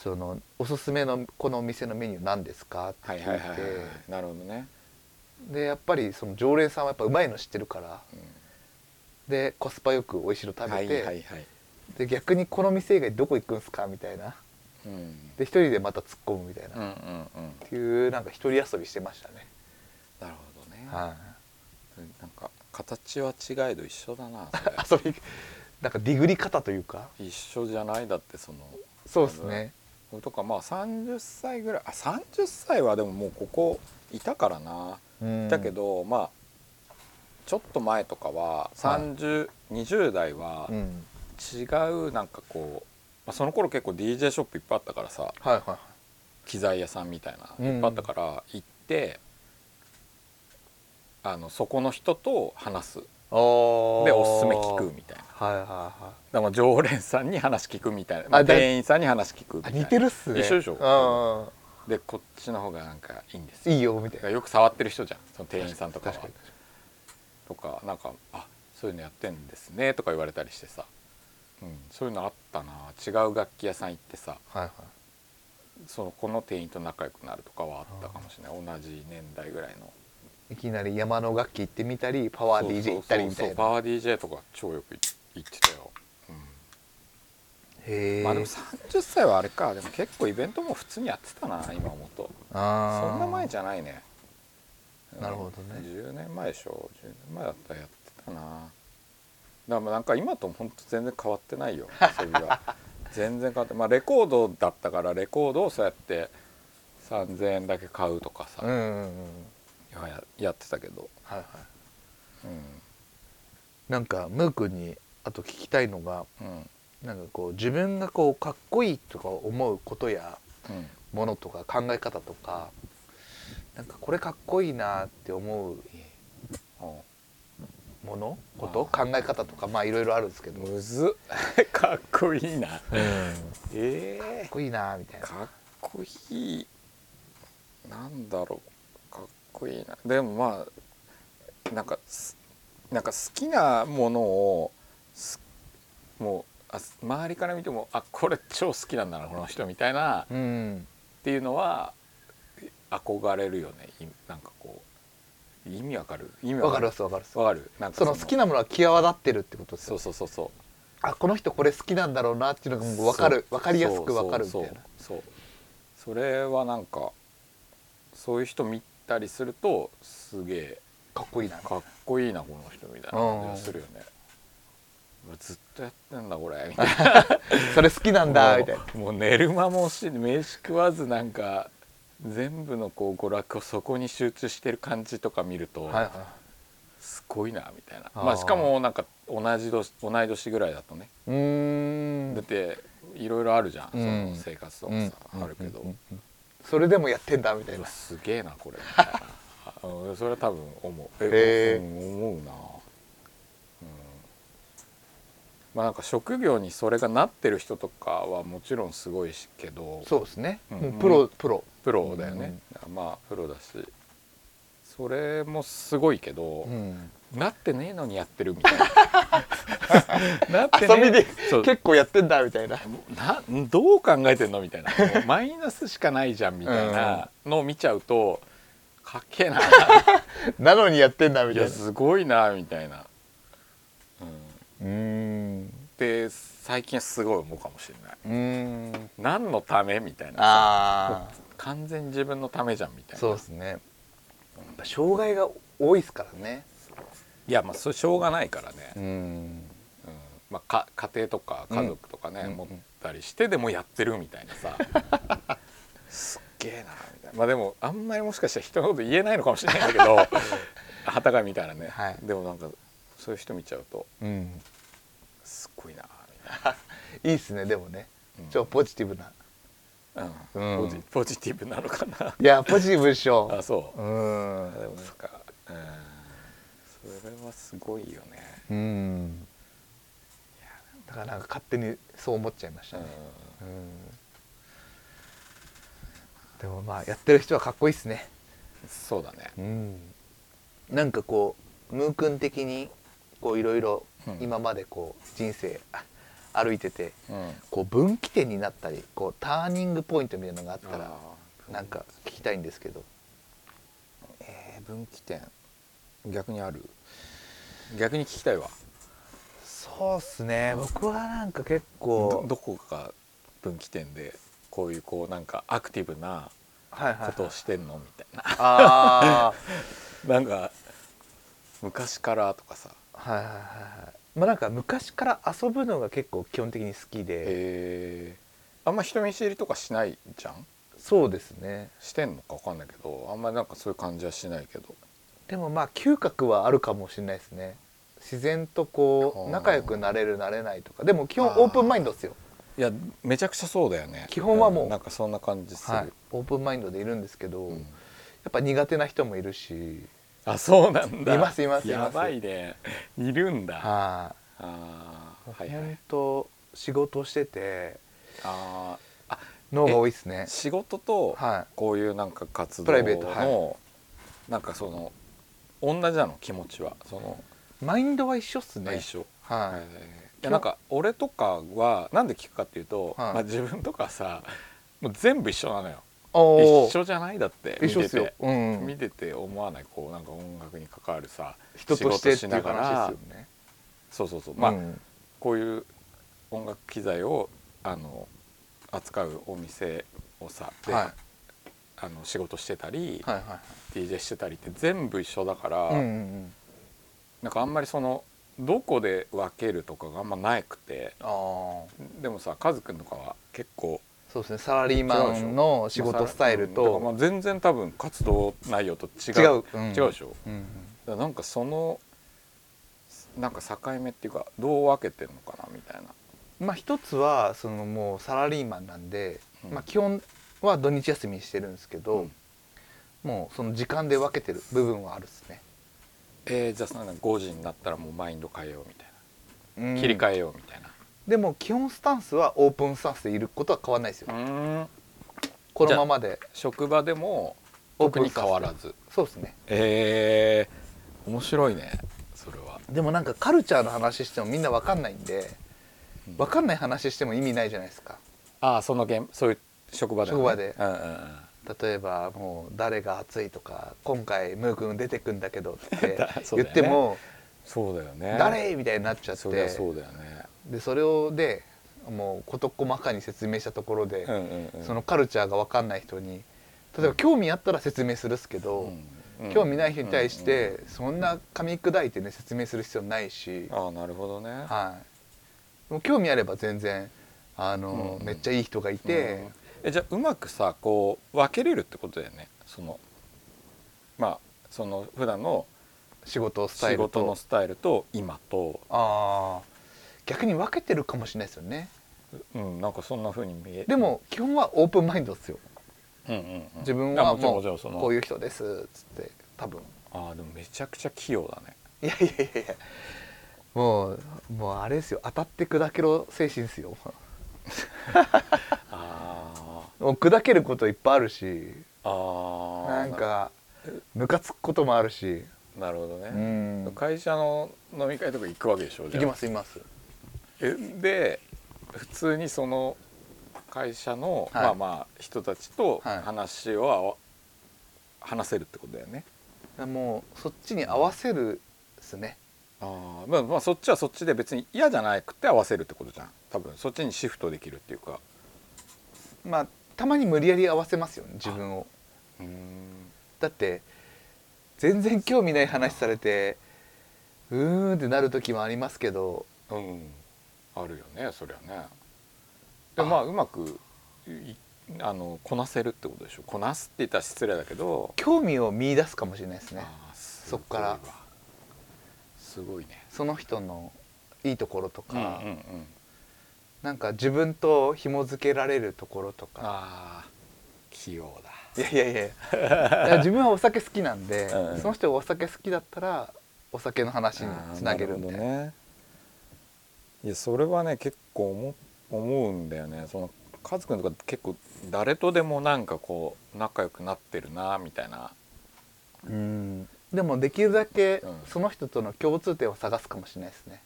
S1: そのおすすめのこのお店のメニュー何ですかって
S2: は
S1: 聞い
S2: い
S1: て、
S2: はいはいはいなるほどね、
S1: でやっぱりその常連さんはやっぱうまいの知ってるから
S2: う
S1: でコスパよく美味しいの食
S2: ん、
S1: べて、
S2: はいはいはい、
S1: で逆にこの店以外どこ行くんすかみたいな
S2: うん、
S1: で一人でまた突っ込むみたいな、
S2: うんうんう
S1: っ
S2: ん
S1: ていうなんか一人遊びしてましたね、
S2: なるほどね、
S1: は
S2: なんか形は違えど一緒だな
S1: *laughs*
S2: そ
S1: い、遊びなんかディグリ方というか
S2: れ一緒じゃないだってその
S1: そうですね
S2: 俺とかまあ30歳ぐらいあ30歳はでももうここいたからな、だけ、どまあちょっと前とかは3020、20代は
S1: うんうん、
S2: 違うなんかこう、まあ、その頃結構 DJ ショップいっぱいあったからさ
S1: はいはいはい
S2: 機材屋さんみたいな
S1: うん
S2: いっぱいあったから行って、あのそこの人と話すで
S1: お
S2: おすすめ聞くみたいな。
S1: はいはいは
S2: だから常連さんに話聞くみたいな、まあ
S1: あだ
S2: 店員さんに話聞くみた
S1: いあ
S2: いな
S1: 似てるっすね
S2: 一緒でしょ
S1: ょ
S2: でこっちの方がなんかいいんです
S1: うん
S2: よ
S1: いいよみた
S2: だ
S1: い
S2: か
S1: な
S2: らよく触ってる人じゃんその店員さんとかは
S1: 確かに確かに
S2: とかなんか「あそういうのやってんですね」とか言われたりしてさ、うん、そういうのあったな違う楽器屋さん行ってさ
S1: はいはい
S2: そのこの店員と仲良くなるとかはあったかもしれない同じ年代ぐらいの
S1: いきなり山の楽器行ってみたりパワー DJ 行ったりみたい
S2: そうそうそうパ
S1: な
S2: ワー DJ とか超よく行ってたよ、うん
S1: へえ
S2: まあでも30歳はあれかでも結構イベントも普通にやってたな今思うと
S1: あ
S2: そんな前
S1: ゃ
S2: じゃないね。
S1: なるほどね
S2: うん10年前でしょ。10年前だったらやってたな。だからもうなんか今と本当全然変わってないよ。遊びは
S1: *laughs*
S2: 全然変わって、まあレコードだったからレコードをそうやって3000円だけ買うとかさ、
S1: うんうんうん
S2: ややってたけど。
S1: はいはい
S2: うん
S1: なんかムー君にあと聞きたいのが
S2: うん
S1: なんかこう自分がこうかっこいいとか思うことや
S2: うん。
S1: ものとか考え方とかなんかこれかっこいいなって思う
S2: おうもの
S1: こと考え方とかまあいろいろあるんですけどかっ
S2: むずっ *laughs* かっこいいなええ
S1: こいいなみたいな
S2: かっこいいなんだろうかっこいいなでもまあなんかすなんか好きなものをすもうあ周りから見てもあこれ超好きなんだなこの人みたいなっ
S1: うん
S2: ていうのは憧れるよねいなんかこう意味わかる意味
S1: わかるっすわかるっす
S2: わかるなんか
S1: その好きなものが際立ってるってことです
S2: そ
S1: よ
S2: うそうそうそう
S1: あこの人これ好きなんだろうなっていうのがもう分かる
S2: そう
S1: 分かりやすく分かるみたい
S2: そうそうそうそれはなんかそういう人見たりするとすげえ
S1: なかっこいいな
S2: かっこいいなこの人みたいな感じがするよねうわずっとやってんだこれみたいな
S1: それ好きなんだみたいな
S2: もう寝る間も惜しい飯食わずなんか全部のこう娯楽をそこに集中してる感じとか見ると、
S1: はいは
S2: すごいなみたいな
S1: あー
S2: まあしかもなんか同じ年同い年ぐらいだとね
S1: いうー
S2: だっ
S1: ん
S2: ていろいろあるじゃん、
S1: うん
S2: その生活と
S1: う
S2: か
S1: ん
S2: さ、あるけど、
S1: うんうんそれでもやってんだみたいう
S2: わ
S1: な
S2: すげえなこれみたいなあ *laughs* うんそれは多分思う
S1: へえ
S2: うん思うな、うん、まあなんか職業にそれがなってる人とかはもちろんすごいしけど
S1: そうですね
S2: うん
S1: もうプロプロ
S2: プロだよね、まあプロだしそれもすごいけど、
S1: うん
S2: なってねえのにやってるみたい
S1: *laughs*
S2: ななってねえ
S1: 遊びで
S2: そう
S1: 結構やってんだみたいな
S2: などう考えてんのみたいなもうマイナスしかないじゃんみたいなのを見ちゃうとかっけえな
S1: なのにやってんだみ
S2: い
S1: たい
S2: や
S1: な
S2: すごいなみたいな、うん、
S1: うーん
S2: で最近はすごい思うかもしれないう
S1: ーん
S2: 何のためみたいな
S1: ああ
S2: 完全に自分のためじゃんみたいな
S1: そうですねやっぱ障害が多いですからね
S2: いやまあそれしょうがないからね、
S1: ん
S2: うんまあ、か家庭とか家族とかね、
S1: うん
S2: 持ったりしてでもやってるみたいなさすっげえなみたいなまあでもあんまりもしかしたら人のこと言えないのかもしれないん
S1: *laughs*
S2: だけどはたがみたいなね、
S1: はい
S2: でもなんかそういう人見ちゃうと
S1: うん
S2: すっごいなみたい
S1: いいっすねでもね
S2: うん
S1: ちょっとポジティブな
S2: な、
S1: うん
S2: ポジポジティブなのかない
S1: やポジティブでしょ
S2: あそう、
S1: う
S2: あで
S1: ん
S2: もなんかうんそれはすごいよね、
S1: うんだからなんか勝手にそう思っちゃいまし
S2: う
S1: た
S2: ん
S1: ね、うんでもまあやってる人はかっこいいっすね
S2: そうだね
S1: うんなんかこうムー君的にこういろいろ
S2: うん
S1: 今までこう人生あ歩いてて
S2: うん
S1: こう分岐点になったりこうターニングポイントみたいなのがあったらなんか聞きたいんですけど
S2: えー分岐点逆にある逆に聞きたいわ
S1: そうっすね僕はなんか結
S2: ど
S1: 構
S2: どこが分岐点でこういうこうなんかアクティブな
S1: はいはい
S2: ことをしてんのみたいな
S1: あ
S2: なん *laughs* か昔からとかさ
S1: あはいはいはいはいまあなんか昔から遊ぶのが結構基本的に好きで
S2: えー、あんま人見知りとかしないじゃん
S1: そうですね
S2: してんのかわかんないけどあんまりなんかそういう感じはしないけど
S1: でもまあ嗅覚はあるかもしれないですね自然と
S2: ほ
S1: こ
S2: う
S1: う仲良くなれるなれないとかでも基本
S2: あー
S1: オープンマインドですよ、
S2: いやめちゃくちゃそうだよね
S1: 基本はもうん
S2: なんかそんな感じする、
S1: はい、オープンマインドでいるんですけど、
S2: うん
S1: やっぱ苦手な人もいるし
S2: あそうなんだ
S1: いますいますいます
S2: やばいねいるんだ、
S1: はい、
S2: あーはいは
S1: 本
S2: い
S1: 当仕事をしてて
S2: あー
S1: のが多いですね
S2: あ仕事と
S1: は
S2: こういうなんか活動の
S1: プライベートは
S2: なんかその同じなの気持ちはその、
S1: いマインドは一緒っすね
S2: 一緒
S1: はい、
S2: いやなんか俺とかはなんで聞くかっていうと、
S1: はい
S2: まあ、自分とかさもう全部一緒なのよ
S1: おー
S2: 一緒じゃないだって
S1: 一緒っすよ
S2: 見てて、
S1: うん
S2: 見てて思わないこうなんか音楽に関わるさ
S1: 人としてって
S2: 仕事
S1: いう
S2: ながら
S1: 話ですよね
S2: そうそうそうまあ、
S1: うん
S2: こういう音楽機材をあの扱うお店をさで、
S1: はい
S2: あの仕事してたり、
S1: はいは
S2: DJ してたりって全部一緒だから、
S1: いはいうんうんうん
S2: なんかあんまりそのどこで分けるとかがあんまなくて
S1: ああ
S2: でもさカズくんとかは結構
S1: そうですねサラリーマンの仕事スタイル
S2: うんだからま
S1: と
S2: あ全然多分活動内容と違
S1: 違
S2: う
S1: ううん
S2: 違うでしょだか
S1: うん
S2: らなんかそのなんか境目っていうかどう分けてんのかなみたいな
S1: まあ一つはそのもうサラリーマンなんで、
S2: うん
S1: まあ、基本は土日休みにしてるんですけど、
S2: うん
S1: もうその時間で分けてる部分はあるっすね
S2: えーじゃあそのなんか5時になったらもうマインド変えようみたいな切り替えようみたいな
S1: でも基本スタンスはオープンスタンスでいることは変わらないですよ、
S2: うん
S1: このままで
S2: 職場でも
S1: オープ
S2: 特
S1: ン
S2: に
S1: スタン
S2: 変
S1: ス
S2: わらず
S1: そうですね
S2: えー、面白いねそれは
S1: でもなんかカルチャーの話してもみんな分かんないんで
S2: うん
S1: 分かんない話しても意味ないじゃないですか
S2: ああその現そういう職場で、ね、
S1: 職場で
S2: うんうんうん
S1: 例えばもう誰が熱いとか今回ムー君出てくんだけどって
S2: そう *laughs*
S1: 言
S2: だよね
S1: っても
S2: そうだよね
S1: 誰みたいになっちゃって
S2: そりゃそうだよね
S1: でそれをでもう事細かに説明したところで、
S2: うんうんうん
S1: そのカルチャーが分かんない人に例えば興味あったら説明するっすけど、興味ない人に対し、て、そんな噛み砕いてね説明する必要ないし、
S2: うんうんうんああなるほどね
S1: はい、もう興味あれば全然あの、
S2: うん
S1: めっちゃいい人がいて、
S2: うんえじゃあうまくさこう分けれるってことだよねそのまあその普段の
S1: 仕事スタイ
S2: 仕
S1: ル
S2: 事
S1: と
S2: のスタイルと今と、
S1: ああ逆に分けてるかもしれないですよね
S2: うん、なんかそんな風に見える
S1: で、も基本はオープンマインドですよ
S2: うんうんうん
S1: 自分
S2: あ
S1: は
S2: もちろん
S1: も
S2: もちろん
S1: う
S2: その
S1: こういう人ですっつって多分
S2: ああでもめちゃくちゃ器用だね
S1: いやいやいやいやもうもうあれですよ当たって砕けろ精神ですよ
S2: あ
S1: もう砕けることいっぱいあるし
S2: ーあー
S1: なんかムカつくこともあるし
S2: なるほど
S1: う
S2: ね、
S1: ん
S2: 会社の飲み会とか行くわけでしょじ
S1: 行
S2: ゃ
S1: き
S2: あ
S1: ます行きます
S2: えで普通にその会社の、
S1: はい
S2: まあまあ人たちと
S1: はい
S2: 話は、話せるってことだよね
S1: もうそっちに合わせるですね
S2: ああまあまあそっちはそっちで別に嫌じゃなくて合わせるってことじゃん多分そっちにシフトできるっていうか
S1: まあたまに無理やり合わせますよね自分を
S2: うん
S1: だって全然興味ない話されてうーんってなる時もありますけど
S2: うんあるよねそりゃねでもまあうまくいあのこなせるってことでしょこなすって言ったら失礼だけど
S1: 興味を見出すかもしれないですね
S2: あーす
S1: そっから
S2: ごいわすごいね
S1: その人のいいところとか、
S2: うんうんうん
S1: なんか自分と紐付けられるところとか
S2: ああ器用だ
S1: いやいやいやい
S2: *laughs*
S1: や自分はお酒好きなんで、
S2: うん
S1: その人がお酒好きだったらお酒の話につなげるんで
S2: あーなほどねいやそれはね結構思思うんだよねそのカズくんとか結構誰とでもなんかこう仲良くなってるなみたいな
S1: うんでもできるだけ
S2: うん
S1: その人との共通点を探すかもしれないですね、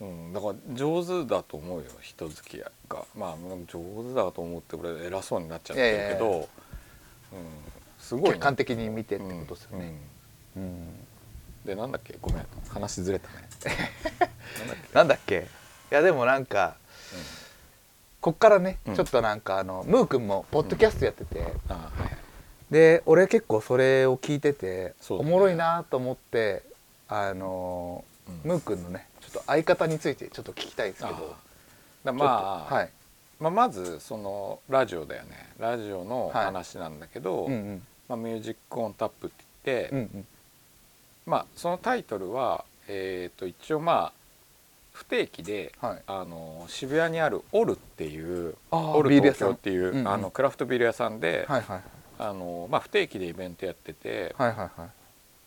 S2: うん、だから上手だと思うよ人付き合いがまあ上手だと思うって俺偉そうになっちゃってるけど、
S1: いやいやい
S2: うん、すごいね
S1: 客観的に見てって
S2: うん
S1: ことですよね、うん
S2: うんでなんだっけごめん話ず
S1: *laughs*
S2: れたねなんだっけ
S1: なんだっけいやでもなんかこっからね、
S2: うん
S1: ちょっとなんかあのムー君もポッドキャストやってて、
S2: あはいはい
S1: で俺結構それを聞いてて、
S2: そう
S1: お
S2: だね
S1: もろいなと思ってあのー
S2: うん
S1: ムー君のねちょっと相方についてちょっと聞きたいんですけ
S2: あー
S1: ど
S2: だからまあ、
S1: はい、
S2: まあ、まずそのラジオだよねラジオの
S1: はい
S2: 話なんだけど「
S1: うんうん
S2: まあ、ミュージックオンタップって言って、
S1: うんうん
S2: まあ、そのタイトルは、えー、と一応まあ不定期で
S1: はい
S2: あの渋谷にあるオルっていう
S1: あー
S2: オル
S1: ビール屋
S2: 東
S1: さん
S2: 京っていう、
S1: うんうん
S2: あのクラフトビール屋さんで、
S1: はいはい
S2: あのまあ、不定期でイベントやってて、
S1: はいはいはい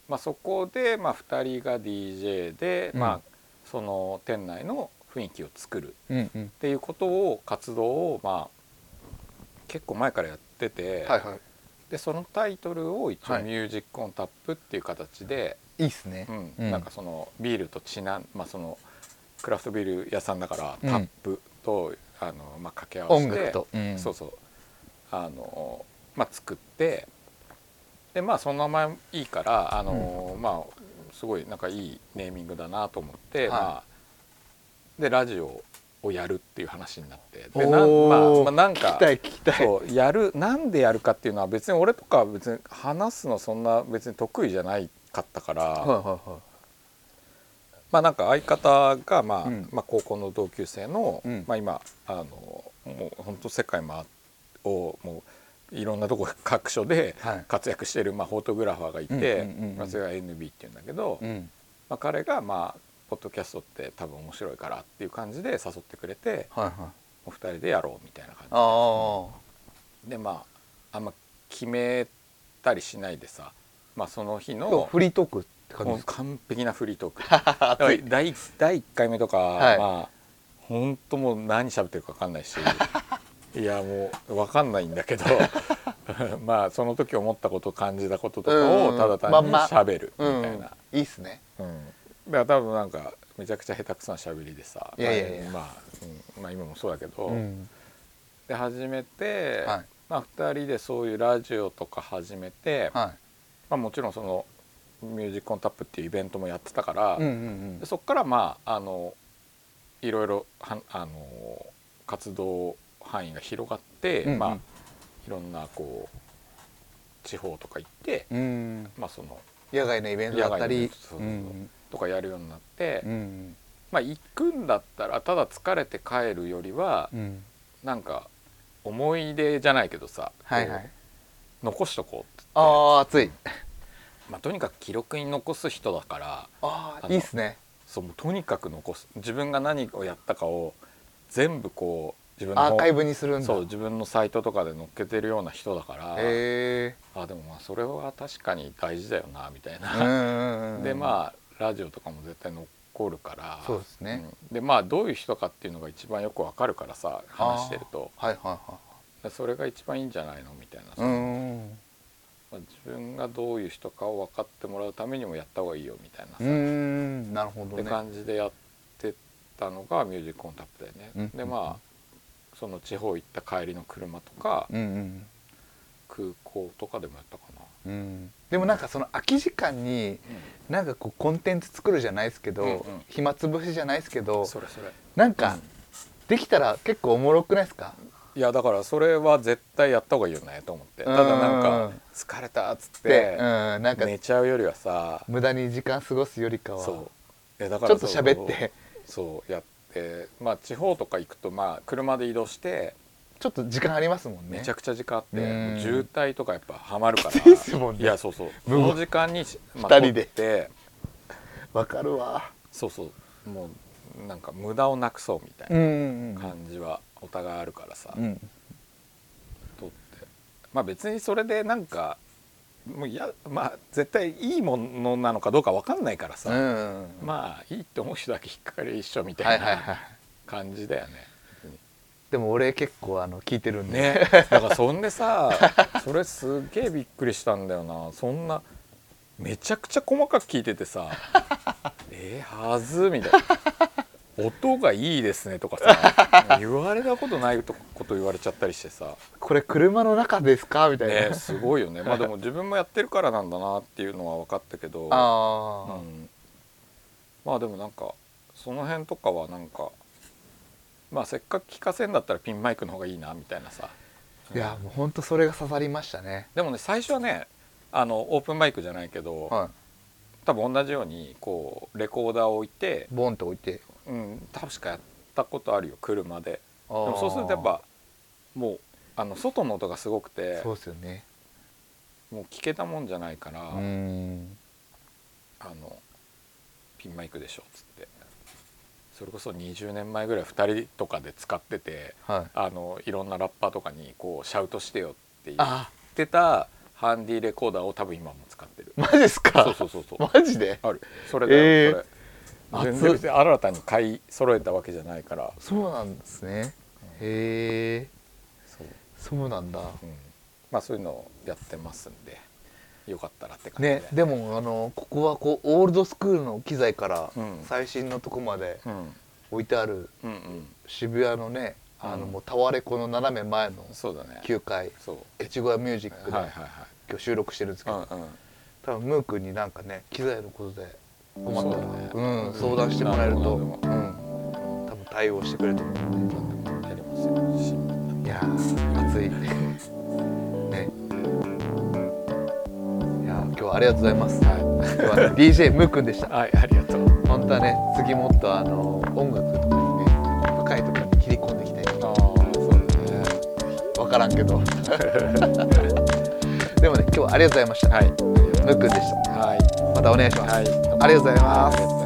S2: まあ、そこで、まあ、2人が DJ で、
S1: うん
S2: まあ、その店内の雰囲気を作る
S1: うんうん
S2: っていうことを活動をまあ結構前からやってて、
S1: はいは
S2: でそのタイトルを一応「
S1: はい
S2: ミュージック・オン・タップ」っていう形で、
S1: いいいっすね
S2: うん
S1: うん
S2: なんかそのビールとちなんまあそのクラフトビール屋さんだから
S1: うん
S2: タップと、あのまあ、掛け合わせ
S1: 音
S2: て
S1: 楽と、うん
S2: そうそうあの、まあ、作ってでまあその名前いいからあの、まあすごいなんかいいネーミングだなと思っ
S1: は
S2: て、
S1: い
S2: まあ、でラジオをやるっていう話になってで
S1: お
S2: な,、まあ
S1: ー
S2: まあ、なん
S1: 聞
S2: か
S1: きたい聞きたい
S2: そうやるなんでやるかっていうのは別に俺とかは別に話すのそんな別に得意じゃないかったから、
S1: はいはいはい
S2: まあなんか相方が、まあ
S1: うん
S2: まあ、高校の同級生の、
S1: うん
S2: まあ、今あのもう本当世界まをもういろんなとこ各所で
S1: はい
S2: 活躍してる、まあ、フォトグラファーがいて、
S1: うんうんうんうん
S2: まあ、それが NB っていうんだけど、
S1: うん
S2: まあ、彼が、まあ、ポッドキャストって多分面白いからっていう感じで誘ってくれて
S1: はいはい
S2: お二人でやろうみたいな感じ
S1: ああ
S2: でまああんま決めたりしないでさ、まあ、その日
S1: 今日
S2: の
S1: フリートークって感じで
S2: もう
S1: すか
S2: 完璧なフリートーク *laughs*
S1: 熱い
S2: 第第1回目とか、
S1: はい
S2: まあ本当もう何喋ってるか分か
S1: *laughs*
S2: んないしいやもう分かんないんだけど *laughs* まあその時思ったこと感じたこととか
S1: う
S2: を
S1: ん
S2: ただ単
S1: まん
S2: に
S1: ま
S2: 喋るみ
S1: う
S2: た
S1: ん
S2: いな、
S1: いいっすね
S2: うんだから多分なんかめちゃくちゃ下手くそな喋りでさ
S1: いやいやいや
S2: まあうんまあ今もそうだけど、
S1: うん
S2: で始めて、
S1: はい
S2: まあ、2人でそういうラジオとか始めて、
S1: は
S2: まあ、もちろんその「ミュージックオンタップっていうイベントもやってたから、
S1: いうんうん
S2: でそこからまああのいろいろはあの活動範囲が広がって、
S1: うんうん
S2: まあ、いろんなこう地方とか行って、
S1: うんうん
S2: まあ、その
S1: 野外のイベントだった
S2: 野外のイベ
S1: り
S2: ントそうそう
S1: う
S2: そうんとかやるようになって、
S1: うん
S2: まあ、行くんだったらただ疲れて帰るよりは、
S1: うん
S2: なんか思い出じゃないけどさ、
S1: はいは
S2: こ
S1: いう
S2: 残しとこうって
S1: ああ熱い
S2: まあ、とにかく記録に残す人だから
S1: あ
S2: あ
S1: あ
S2: の
S1: いいっすね
S2: そうもうとにかく残す自分が何をやったかを全部こう自分の
S1: アーカイブにするんだ
S2: そう自分のサイトとかで載っけてるような人だから、
S1: へえ
S2: あでもまあそれは確かに大事だよなみたい
S1: うん
S2: な、
S1: うんうん
S2: でまあラジオとかも絶対残るから
S1: そうですね
S2: うんでまあどういう人かっていうのが一番よくわかるからさ話してると
S1: あーはいはいは
S2: でそれが一番いいんじゃないのみたいなさ、
S1: いうん
S2: まあ自分がどういう人かを分かってもらうためにもやった方がいいよみたいな
S1: う
S2: さ、
S1: んなるほど
S2: って
S1: ね
S2: 感じでやってたのがミュージックコンタクトだよね。
S1: うん
S2: でまあその地方行った帰りの車とか、
S1: うん
S2: 空港とかでもやったかな。
S1: うんうんでもなんかその空き時間になんかこうコンテンツ作るじゃないですけど、
S2: うんうん
S1: 暇つぶしじゃないですけど
S2: それそれ。
S1: なんかできたら結構おもろくないですか
S2: いやだからそれは絶対やった方がいいよねと思って。
S1: うん
S2: ただなんか疲れたっつっ
S1: で、
S2: て
S1: うん、なんか
S2: 寝ちゃうよりはさ、
S1: 無駄に時間過ごすよりかは
S2: そう。えだか
S1: ちょ
S2: ら
S1: っと喋って
S2: そうそうやってまあ地方とか行くとまあ車で移動して
S1: ちょっと時間ありますもんね
S2: めちゃくちゃ時間あっ
S1: う
S2: て、
S1: ん
S2: 渋滞とかやっぱはまるから
S1: きついっ *laughs* すもんね
S2: いやそうそうそ
S1: 無謀
S2: の時間に、ま
S1: 二人で
S2: 撮って
S1: わかるわ
S2: そうそうもうなんか無駄をなくそうみたい
S1: うん
S2: な
S1: うん
S2: 感じはお互いあるからさ、
S1: うん
S2: 撮ってまあ別にそれでなんかもういやまあ絶対いいものなのかどうかわかんないから
S1: う
S2: さ、
S1: んは
S2: まあいいって思う人だけ引っかかり一緒み
S1: い
S2: た
S1: はいい
S2: な
S1: はい
S2: 感じだよね。
S1: でも俺結構あの聞いてるんで、
S2: ね、だからそんでさ
S1: *laughs*
S2: それすっげえびっくりしたんだよなそんなめちゃくちゃ細かく聞いてて
S1: *laughs*
S2: さ「えー、はず」みたいな「音がいいですね」とかさ言われたことないとこと言われちゃったりしてさ、
S1: これ車の中ですかみたいな、
S2: ね、すごいよねまあでも自分もやってるからなんだなっていうのは分かったけど、う
S1: *laughs* あ
S2: ん、まあでもなんかその辺とかはなんかまあせっかく聞かせんだったらピンマイクの方がいいなみたいなさ。
S1: あいやもうほんとそれが刺さりましたね
S2: でもね最初はねあのオープンマイクじゃないけど、
S1: は
S2: 多分同じようにこうレコーダーを置いて
S1: い、ボンと置いてで
S2: うん、確かやったことあるよ車でで
S1: も
S2: もそうするとやっぱもうあの外の音がすごくて
S1: そうですよね
S2: もう聞けたもんじゃないから、
S1: うん
S2: あのピンマイクでしょっつってそれこそ20年前ぐらい2人とかで使ってて
S1: はい
S2: あのいろんなラッパーとかにこうシャウトしてよって言っ
S1: あ
S2: てたハンディレコーダーを多分今も使ってる
S1: マジですか
S2: そうそうそうそう
S1: マジで
S2: *laughs* あるそれだよ、
S1: えー
S2: それ
S1: 熱っ
S2: 全然新たに買い揃えたわけじゃないから
S1: そうなんですねへえ
S2: そう、
S1: そうなんだ
S2: うん、まあそういうのをやってますんでよかったらって感じで
S1: ねでもあのここはこうオールドスクールの機材から
S2: うん
S1: 最新のとこまで
S2: うん、
S1: 置いてある
S2: うんうん
S1: 渋谷のねあの
S2: うん
S1: もうタワレコの斜め前の
S2: そうだね
S1: 9階
S2: そ
S1: 越後屋ミュージッ
S2: う
S1: クで
S2: はいはい
S1: 今
S2: は
S1: 日収録してるんですけど
S2: い、うんうん、
S1: 多分ムー君になんかね機材のことで困ったらね
S2: そうだね
S1: うん相談してもらえると
S2: なるほ
S1: う
S2: ど
S1: ん多分対応してくれると思うんで
S2: 何でもやりますよし
S1: いやー暑いねいやー今日はありがとうございます、今日はね DJ ムーくんでした
S2: はいありがとう
S1: 本当はね次もっとあの音楽とかにね深いところに切り込んでいきたい
S2: ああそうだね
S1: 分からんけどでもね今日はありがとうございました、
S2: はい
S1: ムーくんでした
S2: はい
S1: またお願いします、
S2: はい
S1: ありがとうございます
S2: ありがとう